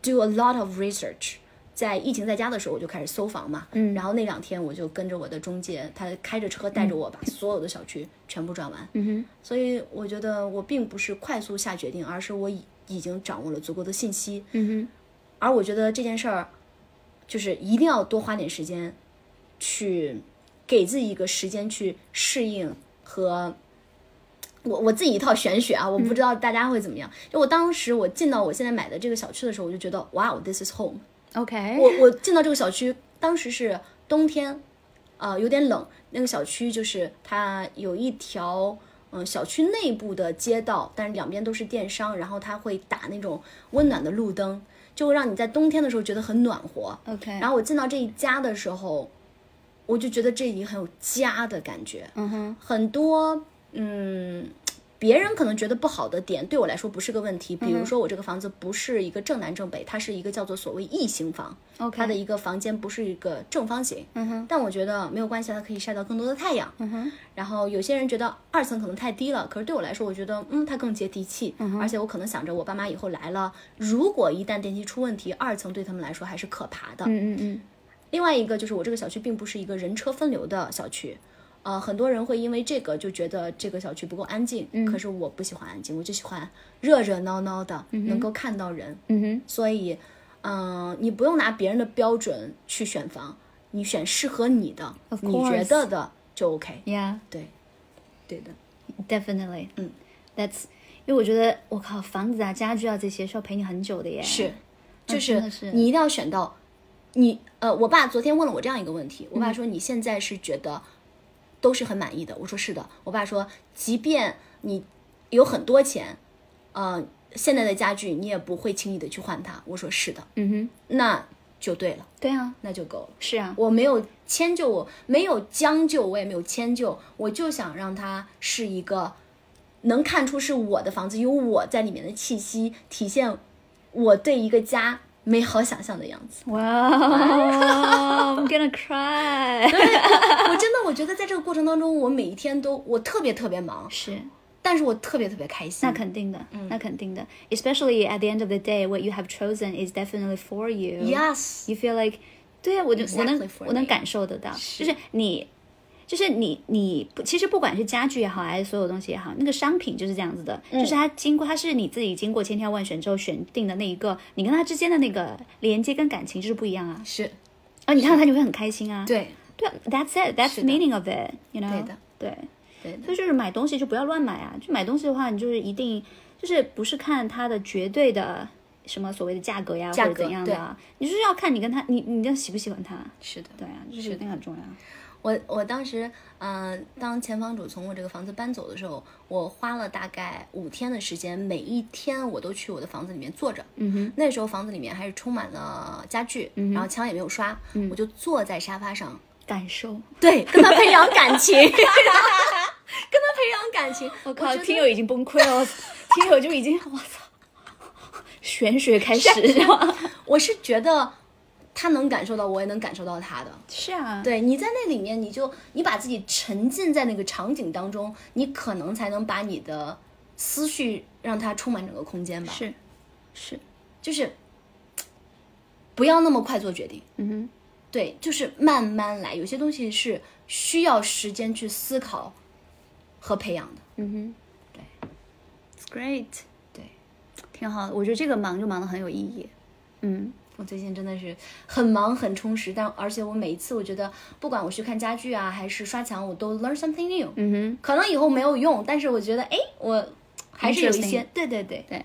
Speaker 1: do a lot of research。在疫情在家的时候，我就开始搜房嘛，
Speaker 2: 嗯
Speaker 1: 然后那两天我就跟着我的中介，他开着车带着我把所有的小区全部转完，
Speaker 2: 嗯哼，
Speaker 1: 所以我觉得我并不是快速下决定，而是我已已经掌握了足够的信息，
Speaker 2: 嗯哼。
Speaker 1: 而我觉得这件事儿，就是一定要多花点时间，去给自己一个时间去适应和我我自己一套玄学啊，我不知道大家会怎么样。就我当时我进到我现在买的这个小区的时候，我就觉得哇哦，this is home。
Speaker 2: OK，
Speaker 1: 我我进到这个小区，当时是冬天，呃，有点冷。那个小区就是它有一条，嗯、小区内部的街道，但是两边都是电商，然后它会打那种温暖的路灯，就会让你在冬天的时候觉得很暖和。
Speaker 2: OK，
Speaker 1: 然后我进到这一家的时候，我就觉得这里很有家的感觉。
Speaker 2: 嗯哼，
Speaker 1: 很多嗯，别人可能觉得不好的点，对我来说不是个问题。
Speaker 2: 嗯
Speaker 1: 比如说我这个房子不是一个正南正北，它是一个叫做所谓异形房
Speaker 2: OK
Speaker 1: 它的一个房间不是一个正方形。
Speaker 2: 嗯哼，
Speaker 1: 但我觉得没有关系，它可以晒到更多的太阳。
Speaker 2: 嗯哼，
Speaker 1: 然后有些人觉得二层可能太低了，可是对我来说，我觉得嗯，它更接地气。
Speaker 2: 嗯
Speaker 1: 而且我可能想着我爸妈以后来了，如果一旦电梯出问题，二层对他们来说还是可爬的。
Speaker 2: 嗯嗯嗯
Speaker 1: 另外一个就是我这个小区并不是一个人车分流的小区，呃，很多人会因为这个就觉得这个小区不够安静，
Speaker 2: 嗯
Speaker 1: 可是我不喜欢安静，我就喜欢热热闹闹的，能够看到人。
Speaker 2: 嗯哼，
Speaker 1: 所以，嗯、你不用拿别人的标准去选房，你选适合你的
Speaker 2: Of
Speaker 1: 你觉
Speaker 2: course
Speaker 1: 得的就 OK。
Speaker 2: Yeah,
Speaker 1: 对，对的，
Speaker 2: definitely.
Speaker 1: 嗯
Speaker 2: ，That's 因为我觉得我靠，房子啊、家具啊这些是要陪你很久的耶。
Speaker 1: 是，
Speaker 2: 那
Speaker 1: 就
Speaker 2: 真
Speaker 1: 是
Speaker 2: 的是
Speaker 1: 你一定要选到你呃，我爸昨天问了我这样一个问题，我
Speaker 2: 嗯
Speaker 1: 爸说你现在是觉得都是很满意的，我说是的，我爸说即便你有很多钱，呃，现在的家具你也不会轻易的去换它，我说是的，
Speaker 2: 嗯哼，
Speaker 1: 那就对了，
Speaker 2: 对啊，
Speaker 1: 那就够了。
Speaker 2: 是啊，。
Speaker 1: 我没有迁就我，没有将就，我也没有迁就，我就想让它是一个能看出是我的房子，有我在里面的气息，体现我对一个家美好想象的样子
Speaker 2: 哇，I'm gonna cry。
Speaker 1: 我真的，我觉得在这个过程当中，我每一天都我特别特别忙，
Speaker 2: 是，
Speaker 1: 但是我特别特别开心。
Speaker 2: 那肯定的，
Speaker 1: 嗯
Speaker 2: 那肯定的。Especially at the end of the day, what you have chosen is definitely for you.
Speaker 1: yes，
Speaker 2: you feel like，对啊，我就我
Speaker 1: Exactly
Speaker 2: 能
Speaker 1: for
Speaker 2: 我能
Speaker 1: me
Speaker 2: 感受得到，就是你，就是你你不，其实不管是家具也好，还是所有东西也好，那个商品就是这样子的，
Speaker 1: 嗯
Speaker 2: 就是它经过它是你自己经过千挑万选之后选定的那一个，你跟它之间的那个连接跟感情就是不一样啊，
Speaker 1: 是
Speaker 2: 然后你看到它你会很开心啊，
Speaker 1: 对
Speaker 2: 对啊，That's it, that's
Speaker 1: 是
Speaker 2: the
Speaker 1: 的
Speaker 2: meaning of it, you know，
Speaker 1: 对的
Speaker 2: 对。
Speaker 1: 对的
Speaker 2: 所以就是买东西就不要乱买啊！就买东西的话，你就是一定就是不是看它的绝对的什么所谓的价格呀，
Speaker 1: 价
Speaker 2: 或者
Speaker 1: 格
Speaker 2: 怎样的啊，你就是要看你跟他，你你要喜不喜欢他，
Speaker 1: 是的，
Speaker 2: 对啊，这是一定很重要。
Speaker 1: 我我当时，呃，当前房主从我这个房子搬走的时候，我花了大概五天的时间，每一天我都去我的房子里面坐着。
Speaker 2: 嗯哼，
Speaker 1: 那时候房子里面还是充满了家具，然后墙也没有刷，我就坐在沙发上，
Speaker 2: 感受，
Speaker 1: 嗯对，跟他培养感情， 跟他培养感情。
Speaker 2: 我
Speaker 1: 我
Speaker 2: 靠，
Speaker 1: 觉得
Speaker 2: 听友已经崩溃了，听友就已经，我操，玄学开始，
Speaker 1: 我是觉得他能感受到，我也能感受到他的。
Speaker 2: 是啊，
Speaker 1: 对，你在那里面，你就你把自己沉浸在那个场景当中，你可能才能把你的思绪让它充满整个空间吧。，
Speaker 2: 是是，
Speaker 1: 就是不要那么快做决定。
Speaker 2: 嗯哼，
Speaker 1: 对，就是慢慢来，有些东西是需要时间去思考和培养的。
Speaker 2: 嗯
Speaker 1: 对
Speaker 2: 哼，对，It's great，
Speaker 1: 对，
Speaker 2: 挺好的，我觉得这个忙就忙得很有意义，嗯，
Speaker 1: 我最近真的是很忙很充实，但而且我每一次我觉得，不管我去看家具啊，还是刷墙，我都 learn something new。
Speaker 2: 嗯哼。
Speaker 1: 可能以后没有用，但是我觉得，哎，我还是有一些
Speaker 2: Interesting，
Speaker 1: 对对对
Speaker 2: 对。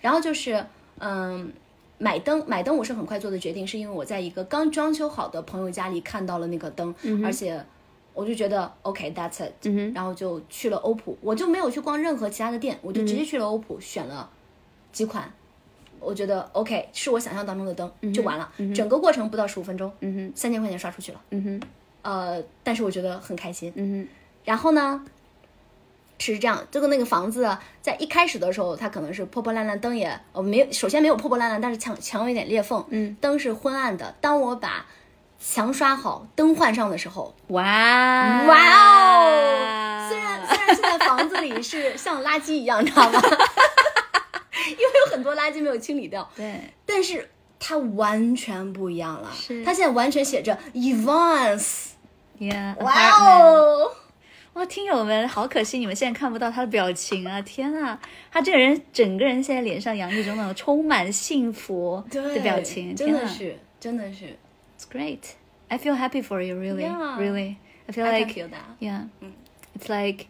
Speaker 1: 然后就是，嗯，买灯，买灯我是很快做的决定，是因为我在一个刚装修好的朋友家里看到了那个灯，而且我就觉得 OK，that's、it，、
Speaker 2: 嗯哼
Speaker 1: 然后就去了欧普，我就没有去逛任何其他的店，我就直接去了欧普、选了几款。我觉得 OK，是我想象当中的灯、就完了、整个过程不到十五分钟，
Speaker 2: 嗯哼，
Speaker 1: 三千块钱刷出去了，
Speaker 2: 嗯哼，
Speaker 1: 呃，但是我觉得很开心，
Speaker 2: 嗯
Speaker 1: 然后呢，是这样，这个那个房子在一开始的时候，它可能是破破烂烂，灯也呃没有，首先没有破破烂烂，但是墙墙有一点裂缝，
Speaker 2: 嗯，
Speaker 1: 灯是昏暗的。当我把墙刷好，灯换上的时候，
Speaker 2: 哼，哇
Speaker 1: 哇哦！虽然虽然现在房子里是像垃圾一样，你知道吗？ 因为有很多垃圾没有清理掉，
Speaker 2: 对，
Speaker 1: 但是它完全不一样了。
Speaker 2: 是
Speaker 1: 它现在完全写着 Evans，
Speaker 2: yeah，
Speaker 1: 哇
Speaker 2: apartment！
Speaker 1: 哦！
Speaker 2: 哇，听友们，好可惜你们现在看不到他的表情啊！天啊，他这个人整个人现在脸上洋溢着那种充满幸福
Speaker 1: 对
Speaker 2: 的表情，
Speaker 1: 真的
Speaker 2: 天啊
Speaker 1: 是，真的是。
Speaker 2: It's great. I feel happy for you, really,
Speaker 1: Yeah.
Speaker 2: really. I feel
Speaker 1: I can
Speaker 2: like
Speaker 1: feel Mm. that.
Speaker 2: yeah, it's like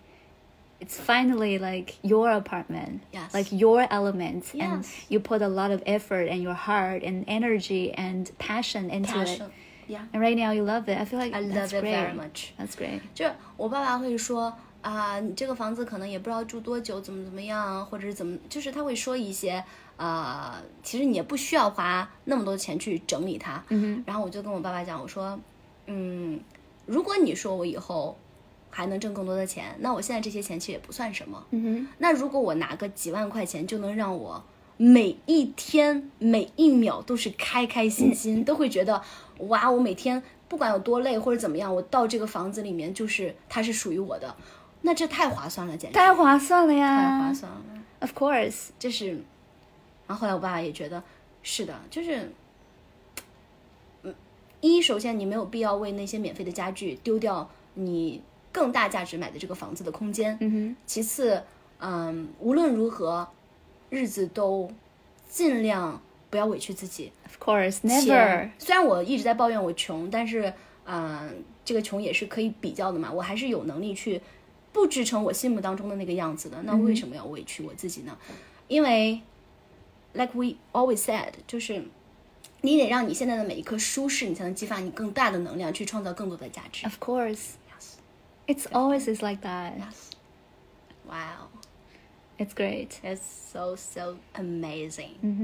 Speaker 2: it's finally like your apartment,
Speaker 1: Yes.
Speaker 2: like your element, and
Speaker 1: Yes.
Speaker 2: you put a lot of effort and your heart and energy and passion into it.
Speaker 1: Yeah,
Speaker 2: And right now you love it. I feel like
Speaker 1: I
Speaker 2: 嗯
Speaker 1: love
Speaker 2: that's
Speaker 1: it
Speaker 2: great.
Speaker 1: very much.
Speaker 2: That's great.
Speaker 1: 就是我爸爸会说啊、你这个房子可能也不知道住多久，怎么怎么样，或者是怎么，就是他会说一些呃，其实你也不需要花那么多钱去整理它。嗯、然后我就跟我爸爸讲，我说，嗯，如果你说我以后还能挣更多的钱，那我现在这些钱其实也不算什么。
Speaker 2: 嗯
Speaker 1: 那如果我拿个几万块钱，就能让我每一天每一秒都是开开心
Speaker 2: 嗯
Speaker 1: 心，都会觉得哇，我每天不管有多累或者怎么样，我到这个房子里面就是它是属于我的，那这太划算了，简直
Speaker 2: 太划算了
Speaker 1: 太
Speaker 2: 呀！
Speaker 1: 划算了。
Speaker 2: Of course.
Speaker 1: 这是，然后后来我爸爸也觉得是的，就是，嗯，一首先你没有必要为那些免费的家具丢掉你更大价值买的这个房子的空间，
Speaker 2: 嗯哼，
Speaker 1: 其次，嗯，无论如何，日子都尽量不要委屈自己。
Speaker 2: Of course.
Speaker 1: 且
Speaker 2: Never.
Speaker 1: 虽然我一直在抱怨我穷，但是，嗯、这个穷也是可以比较的嘛，我还是有能力去不支撑我心目当中的那个样子的。那为什么要委屈我自己呢？因为，like we always said，就是。你得让你现在的每一刻舒适，你才能激发你更大的能量，去创造更多的价值。
Speaker 2: Of course. It's always is like that.
Speaker 1: Wow,
Speaker 2: It's great.
Speaker 1: it's so so amazing.
Speaker 2: 嗯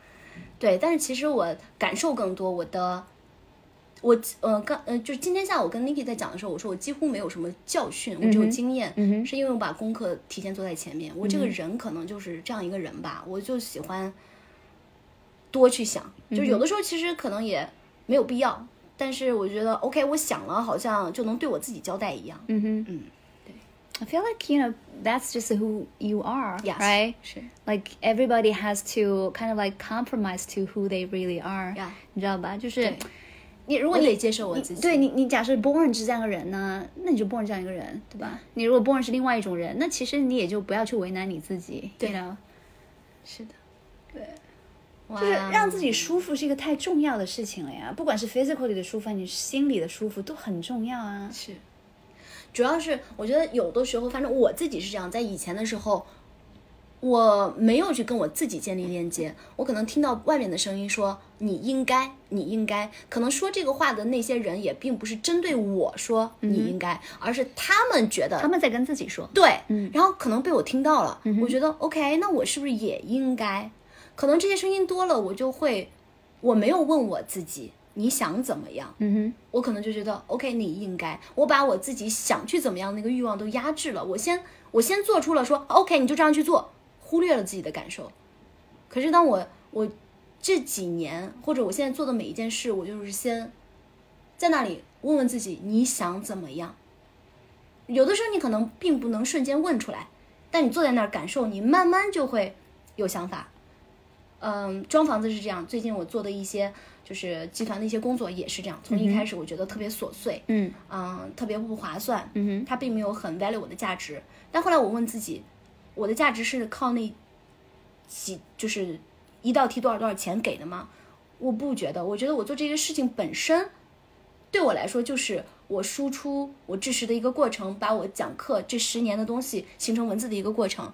Speaker 2: 哼。
Speaker 1: 对，但是其实我感受更多，我的，我呃刚呃，就是今天下午跟 Niki 在讲的时候，我说我几乎没有什么教训，我只有经验，是因为我把功课提前做在前面。我这个人可能就是这样一个人吧，我就喜欢多去想，就是有的时候其实可能也没有必要，但是我觉得 OK，我想了好像就能对我自己交代一样。
Speaker 2: Mm-hmm. I feel like you know that's just who you are,
Speaker 1: Yes.
Speaker 2: right?
Speaker 1: 是
Speaker 2: Like everybody has to kind of like compromise to who they really are.
Speaker 1: Yeah.
Speaker 2: 你知道吧？就是
Speaker 1: 对
Speaker 2: 你如
Speaker 1: 我
Speaker 2: 果
Speaker 1: 得
Speaker 2: 你
Speaker 1: 接受我自己。
Speaker 2: 对你，你假设 born 是这样一个人呢，那你就 born 这样一个人，对吧？你如果 born 是另外一种人，那其实你也就不要去为难你自己，
Speaker 1: 对
Speaker 2: you know?
Speaker 1: 是的，哦对，
Speaker 2: 就是让自
Speaker 1: 己
Speaker 2: 己舒服是一个太重要的事情了呀。不管是 physically 的舒服，还是你心里的舒服都很重要啊。
Speaker 1: 是，主要是我觉得有的时候，反正我自己是这样，在以前的时候，我没有去跟我自己建立链接，我可能听到外面的声音说你应该，你应该，可能说这个话的那些人也并不是针对我说你应该，而是他们觉得
Speaker 2: 他们在跟自己说，嗯
Speaker 1: 对，然后可能被我听到了，我觉得 OK，那我是不是也应该？可能这些声音多了，我就会，我没有问我自己你想怎么样，
Speaker 2: 嗯
Speaker 1: 我可能就觉得 OK，你应该，我把我自己想去怎么样那个欲望都压制了，我先我先做出了说 OK，你就这样去做，忽略了自己的感受。可是当我我这几年或者我现在做的每一件事，我就是先在那里问问自己你想怎么样。有的时候你可能并不能瞬间问出来，但你坐在那儿感受，你慢慢就会有想法。嗯，装房子是这样。最近我做的一些就是集团的一些工作也是这样。从一开始我觉得特别琐碎，
Speaker 2: 嗯
Speaker 1: 嗯、特别不划算，
Speaker 2: 嗯哼，
Speaker 1: 它并没有很 value 我的价值。但后来我问自己，我的价值是靠那几就是一道题多少多少钱给的吗？我不觉得，我觉得我做这个事情本身对我来说就是我输出我知识的一个过程，把我讲课这十年的东西形成文字的一个过程。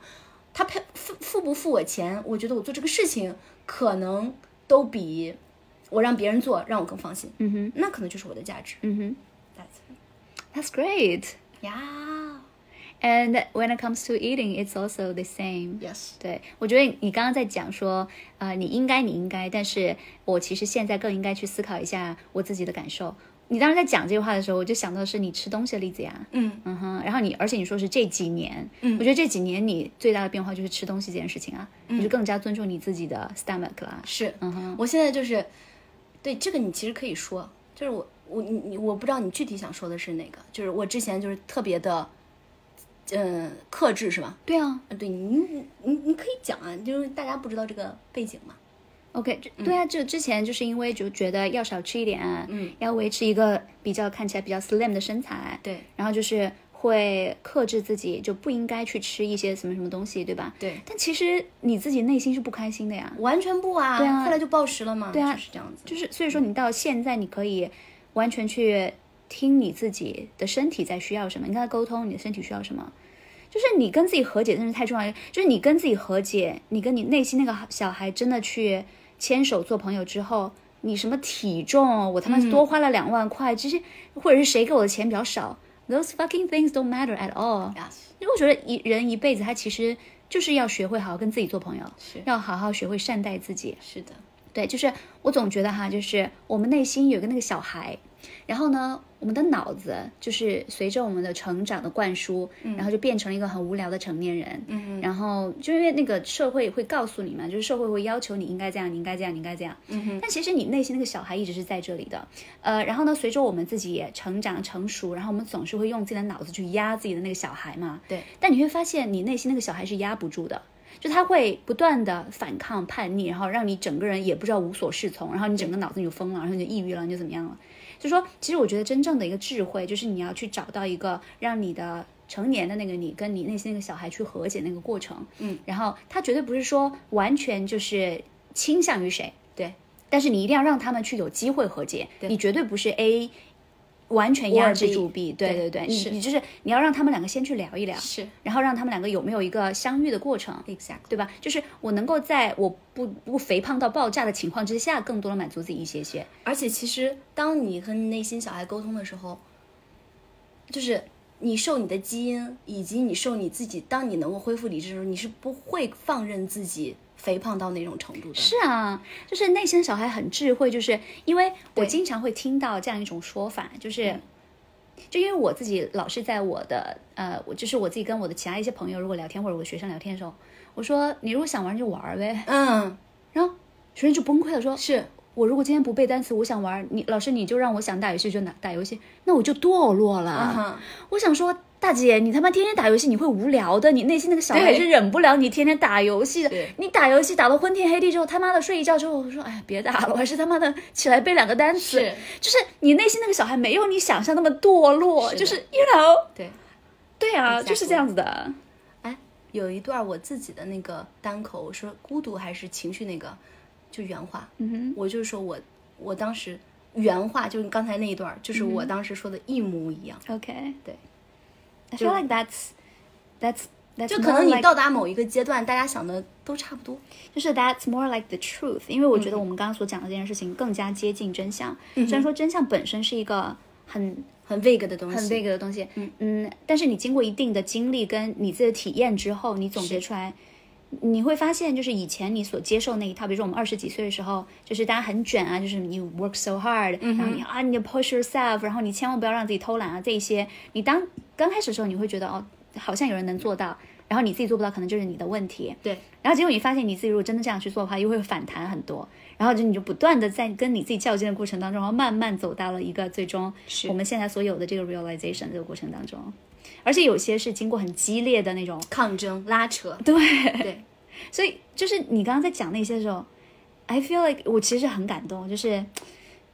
Speaker 1: 他配付付不付我钱，我觉得我做这个事情可能都比我让别人做让我更放心。
Speaker 2: 嗯哼，
Speaker 1: 那可能就是我的价值。
Speaker 2: 嗯哼。
Speaker 1: That's
Speaker 2: That's great.
Speaker 1: yeah,
Speaker 2: And when it comes to eating, it's also the same.
Speaker 1: yes.
Speaker 2: 对，我觉得你刚刚在讲说，呃，你应该，你应该，但是我其实现在更应该去思考一下我自己的感受。你当时在讲这句话的时候，我就想到的是你吃东西的例子呀，
Speaker 1: 嗯
Speaker 2: 嗯哼，然后你，而且你说是这几年，
Speaker 1: 嗯
Speaker 2: 我觉得这几年你最大的变化就是吃东西这件事情啊，你就更加尊重你自己的 stomach 啦，
Speaker 1: 是，
Speaker 2: 嗯哼，
Speaker 1: 我现在就是，对这个你其实可以说，就是我我你你我不知道你具体想说的是哪个，就是我之前就是特别的，嗯、克制是吧？
Speaker 2: 对啊
Speaker 1: 啊，对你你你你可以讲啊，就是大家不知道这个背景嘛。
Speaker 2: ，OK，这对啊，就之前就是因为就觉得要少吃一点啊，
Speaker 1: 嗯，
Speaker 2: 要维持一个比较看起来比较 slim 的身材，
Speaker 1: 对
Speaker 2: 然后就是会克制自己，就不应该去吃一些什么什么东西，对吧？
Speaker 1: 对，
Speaker 2: 但其实你自己内心是不开心的呀，
Speaker 1: 完全不啊，
Speaker 2: 对啊
Speaker 1: 后来就暴食了嘛，
Speaker 2: 对啊
Speaker 1: 就是这样子。
Speaker 2: 就是所以说你到现在你可以完全去听你自己的身体在需要什么，你跟他沟通你的身体需要什么，就是你跟自己和解真是太重要了，就是你跟自己和解，你跟你内心那个小孩真的去牵手做朋友之后。你什么体重？我他妈多花了两万块，这些或者是谁给我的钱比较少？Those fucking things don't matter at all。
Speaker 1: Yes
Speaker 2: 因为我觉得一人一辈子，他其实就是要学会好好跟自己做朋友，
Speaker 1: 是
Speaker 2: 要好好学会善待自己。
Speaker 1: 是的，
Speaker 2: 对，就是我总觉得哈，就是我们内心有一个那个小孩，然后呢，我们的脑子就是随着我们的成长的灌输，然后就变成了一个很无聊的成年人。
Speaker 1: 嗯
Speaker 2: 然后就因为那个社会会告诉你嘛，就是社会会要求你应该这样，你应该这样，你应该这样。
Speaker 1: 嗯哼，
Speaker 2: 但其实你内心那个小孩一直是在这里的，呃，然后呢，随着我们自己也成长成熟，然后我们总是会用自己的脑子去压自己的那个小孩嘛。
Speaker 1: 对
Speaker 2: 但你会发现，你内心那个小孩是压不住的，就他会不断的反抗、叛逆，然后让你整个人也不知道无所适从，然后你整个脑子你就疯了，然后你就抑郁了，你就怎么样了？就说，其实我觉得真正的一个智慧，就是你要去找到一个让你的成年的那个你跟你内心那个小孩去和解那个过程。
Speaker 1: 嗯，
Speaker 2: 然后他绝对不是说完全就是倾向于谁，
Speaker 1: 对，
Speaker 2: 但是你一定要让他们去有机会和解，
Speaker 1: 对
Speaker 2: 你绝对不是 A 完全压制
Speaker 1: B
Speaker 2: 住 B，对对
Speaker 1: 对
Speaker 2: 对，你
Speaker 1: 是
Speaker 2: 你就是你要让他们两个先去聊一聊，
Speaker 1: 是
Speaker 2: 然后让他们两个有没有一个相遇的过程，
Speaker 1: exactly
Speaker 2: 对吧？就是我能够在我不不肥胖到爆炸的情况之下，更多的满足自己一些些，
Speaker 1: 而且其实，当你和你内心小孩沟通的时候，就是你受你的基因以及你受你自己，当你能够恢复理智的时候，你是不会放任自己肥胖到那种程度的。
Speaker 2: 是啊，就是内心的小孩很智慧，就是因为我
Speaker 1: 对
Speaker 2: 经常会听到这样一种说法，就是。
Speaker 1: 嗯
Speaker 2: 就因为我自己老是在我的呃，我就是我自己跟我的其他一些朋友如果聊天或者我的学生聊天的时候，我说你如果想玩就玩儿呗，
Speaker 1: 嗯，
Speaker 2: 然后学生就崩溃了，说
Speaker 1: 是
Speaker 2: 我如果今天不背单词，我想玩儿，你老师你就让我想打游戏就打打游戏，那我就堕落了。
Speaker 1: 啊哈，
Speaker 2: 我想说，大姐，你他妈天天打游戏，你会无聊的。你内心那个小孩
Speaker 1: 对
Speaker 2: 是忍不了你天天打游戏的
Speaker 1: 对。
Speaker 2: 你打游戏打到昏天黑地之后，他妈的睡一觉之后，我说，哎呀，别打了，我还是他妈的起来背两个单词。
Speaker 1: 是
Speaker 2: 就是你内心那个小孩没有你想象那么堕落，
Speaker 1: 是的
Speaker 2: 就是 you know，
Speaker 1: 对。
Speaker 2: 对啊，
Speaker 1: Exactly
Speaker 2: 就是这样子的。
Speaker 1: 哎，有一段我自己的那个单口，我说孤独还是情绪那个，就原话，
Speaker 2: 嗯哼，
Speaker 1: 我就说我我当时原话就是刚才那一段，
Speaker 2: 嗯
Speaker 1: 就是我当时说的一模一样。
Speaker 2: Okay.
Speaker 1: Right.
Speaker 2: I feel like that's that's That's
Speaker 1: 就可能
Speaker 2: more
Speaker 1: 你
Speaker 2: like-
Speaker 1: 到达某一个阶段，大家想的都差不多。
Speaker 2: 就是 that's more like the truth，因为我觉得我们刚刚所讲的这件事情更加接近真相。虽然说真相本身是一个很
Speaker 1: 很 vague 的东西，
Speaker 2: 很 big 的东西，嗯但是你经过一定的经历跟你自己的体验之后，你总结出来，你会发现，就是以前你所接受那一套，比如说我们二十几岁的时候，就是大家很卷啊，就是你 work so hard，、然
Speaker 1: 嗯
Speaker 2: 后你啊，你 push yourself，然后你千万不要让自己偷懒啊，这一些，你当刚开始的时候，你会觉得哦，好像有人能做到，然后你自己做不到，可能就是你的问题，
Speaker 1: 对，
Speaker 2: 然后啊结果你发现你自己如果真的这样去做的话，又会反弹很多。然后就你就不断的在跟你自己较劲的过程当中，然后慢慢走到了一个最终
Speaker 1: 是
Speaker 2: 我们现在所有的这个 realization 这个过程当中，而且有些是经过很激烈的那种，
Speaker 1: 抗争、拉扯，
Speaker 2: 对，
Speaker 1: 对，
Speaker 2: 所以就是你刚刚在讲那些时候，I feel like 我其实很感动，就是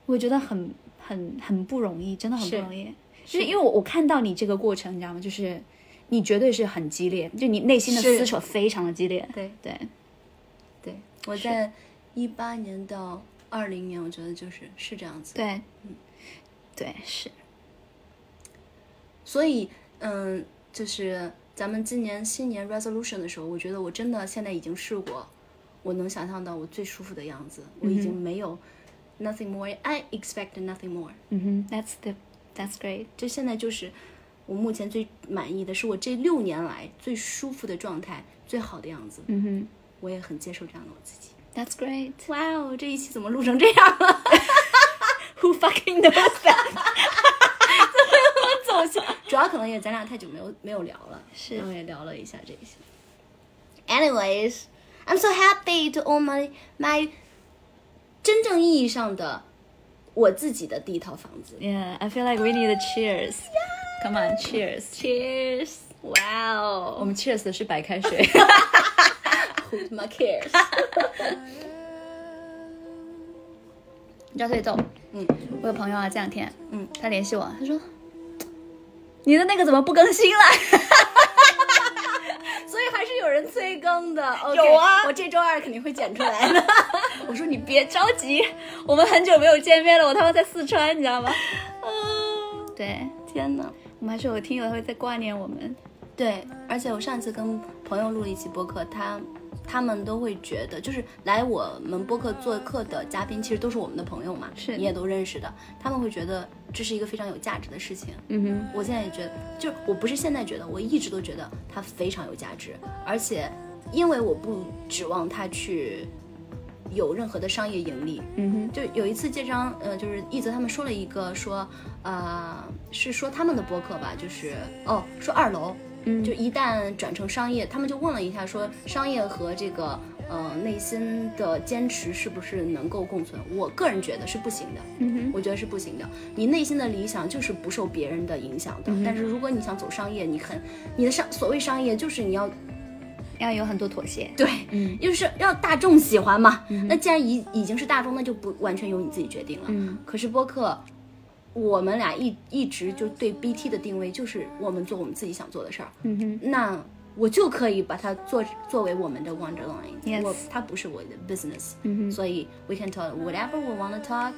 Speaker 2: 我觉得很很很不容易，真的很不
Speaker 1: 是
Speaker 2: 容易，就是因为我我看到你这个过程，你知道吗？就是你绝对是很激烈，就你内心的
Speaker 1: 是
Speaker 2: 撕扯非常的激烈，
Speaker 1: 对
Speaker 2: 对。
Speaker 1: 对。我在一八年到二零年，我觉得就是是这样子。
Speaker 2: 对，对，是，
Speaker 1: 所以，嗯，就是咱们今年新年 resolution 的时候，我觉得我真的现在已经试过，我能想象到我最舒服的样子，我已经没有 nothing more，I expect nothing more。
Speaker 2: 嗯哼，That's the That's great。
Speaker 1: 就现在就是我目前最满意的是我这六年来最舒服的状态，最好的样子。
Speaker 2: 嗯哼
Speaker 1: 我也很接受这样的我自己。
Speaker 2: ，That's great。
Speaker 1: 哇哦，这一期怎么录成这样了？
Speaker 2: Who fucking knows that？
Speaker 1: 主要可能也咱俩太久没有没有聊了，
Speaker 2: 是
Speaker 1: 然后也聊了一下这些。Anyways, I'm so happy to own my my 真正意义上的我自己的第一套房 子。
Speaker 2: Yeah, I feel like we need a cheers. Come on, cheers, cheers.
Speaker 1: 哇
Speaker 2: 我
Speaker 1: 哦
Speaker 2: 们 cheers 的是白开水。
Speaker 1: ，Who my cares？
Speaker 2: 你知道最逗？
Speaker 1: 嗯，
Speaker 2: 我有朋友啊，这两天，
Speaker 1: 嗯，
Speaker 2: 他联系我，他说。你的那个怎么不更新了？
Speaker 1: 所以还是有人催更的。OK，
Speaker 2: 有啊
Speaker 1: 我这周二肯定会剪出来的。
Speaker 2: 我说你 别着急，我们很久没有见面了，我他妈在四川，你知 道吗？对，
Speaker 1: 天哪！
Speaker 2: 我们还是有听友会在挂念我们。
Speaker 1: 对，而且我上次跟朋友录了一期播客，他他们都会觉得，就是来我们播客做客的嘉宾，其实都是我们的朋友嘛，
Speaker 2: 是
Speaker 1: 你也都认识的，他们会觉得这是一个非常有价值的事情。
Speaker 2: 嗯哼，
Speaker 1: 我现在也觉得，就我不是现在觉得，我一直都觉得它非常有价值，而且因为我不指望它去有任何的商业盈利，
Speaker 2: 嗯哼。
Speaker 1: 就有一次这张，呃，就是一泽他们说了一个说，呃，是说他们的播客吧，就是哦，说二楼，
Speaker 2: 嗯
Speaker 1: 就一旦转成商业，他们就问了一下说，商业和这个呃内心的坚持是不是能够共存？我个人觉得是不行的，
Speaker 2: 嗯
Speaker 1: 我觉得是不行的。你内心的理想就是不受别人的影响的，
Speaker 2: 嗯
Speaker 1: 但是如果你想走商业，你很你的商所谓商业就是你要
Speaker 2: 哼，要有很多妥协。
Speaker 1: 对，
Speaker 2: 嗯
Speaker 1: 就是要大众喜欢嘛。那既然已已经是大众，那就不完全由你自己决定了。
Speaker 2: 嗯
Speaker 1: 可是播客，我们俩一一直就对 BT 的定位就是我们做我们自己想做的事儿。
Speaker 2: 嗯哼，
Speaker 1: 那我就可以把它做作为我们的 Wonderline，、
Speaker 2: Yes
Speaker 1: 我它不是我的 business，、
Speaker 2: 嗯哼
Speaker 1: 所以 we can talk whatever we want to talk。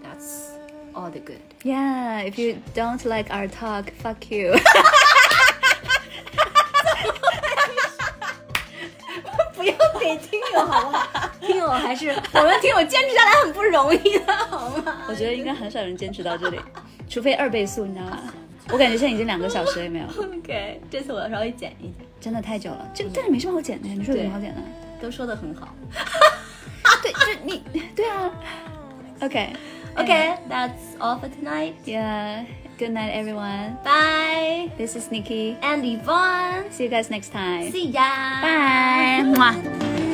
Speaker 1: That's all the good。
Speaker 2: Yeah, if you don't like our talk, fuck you.
Speaker 1: 不要给听友好不好？ 听友还是我们听友坚持下来很不容易的， 好吗？
Speaker 2: 我觉得应该很少人坚持到这里，除非二倍速，你知道吗？我感觉现在已经两个小时也没有，
Speaker 1: OK，这次我稍微剪一剪，
Speaker 2: 真的太久了。这个但是没什么好剪的呀，你说有什么
Speaker 1: 对
Speaker 2: 好剪的？
Speaker 1: 都说的很好。
Speaker 2: 对，就 你对啊。OK,
Speaker 1: Okay, that's all for tonight.
Speaker 2: yeah. Good night, everyone.
Speaker 1: Bye.
Speaker 2: This is Nikki.
Speaker 1: And Yvonne.
Speaker 2: See you guys next time.
Speaker 1: See ya.
Speaker 2: Bye. Mwah.
Speaker 3: Thank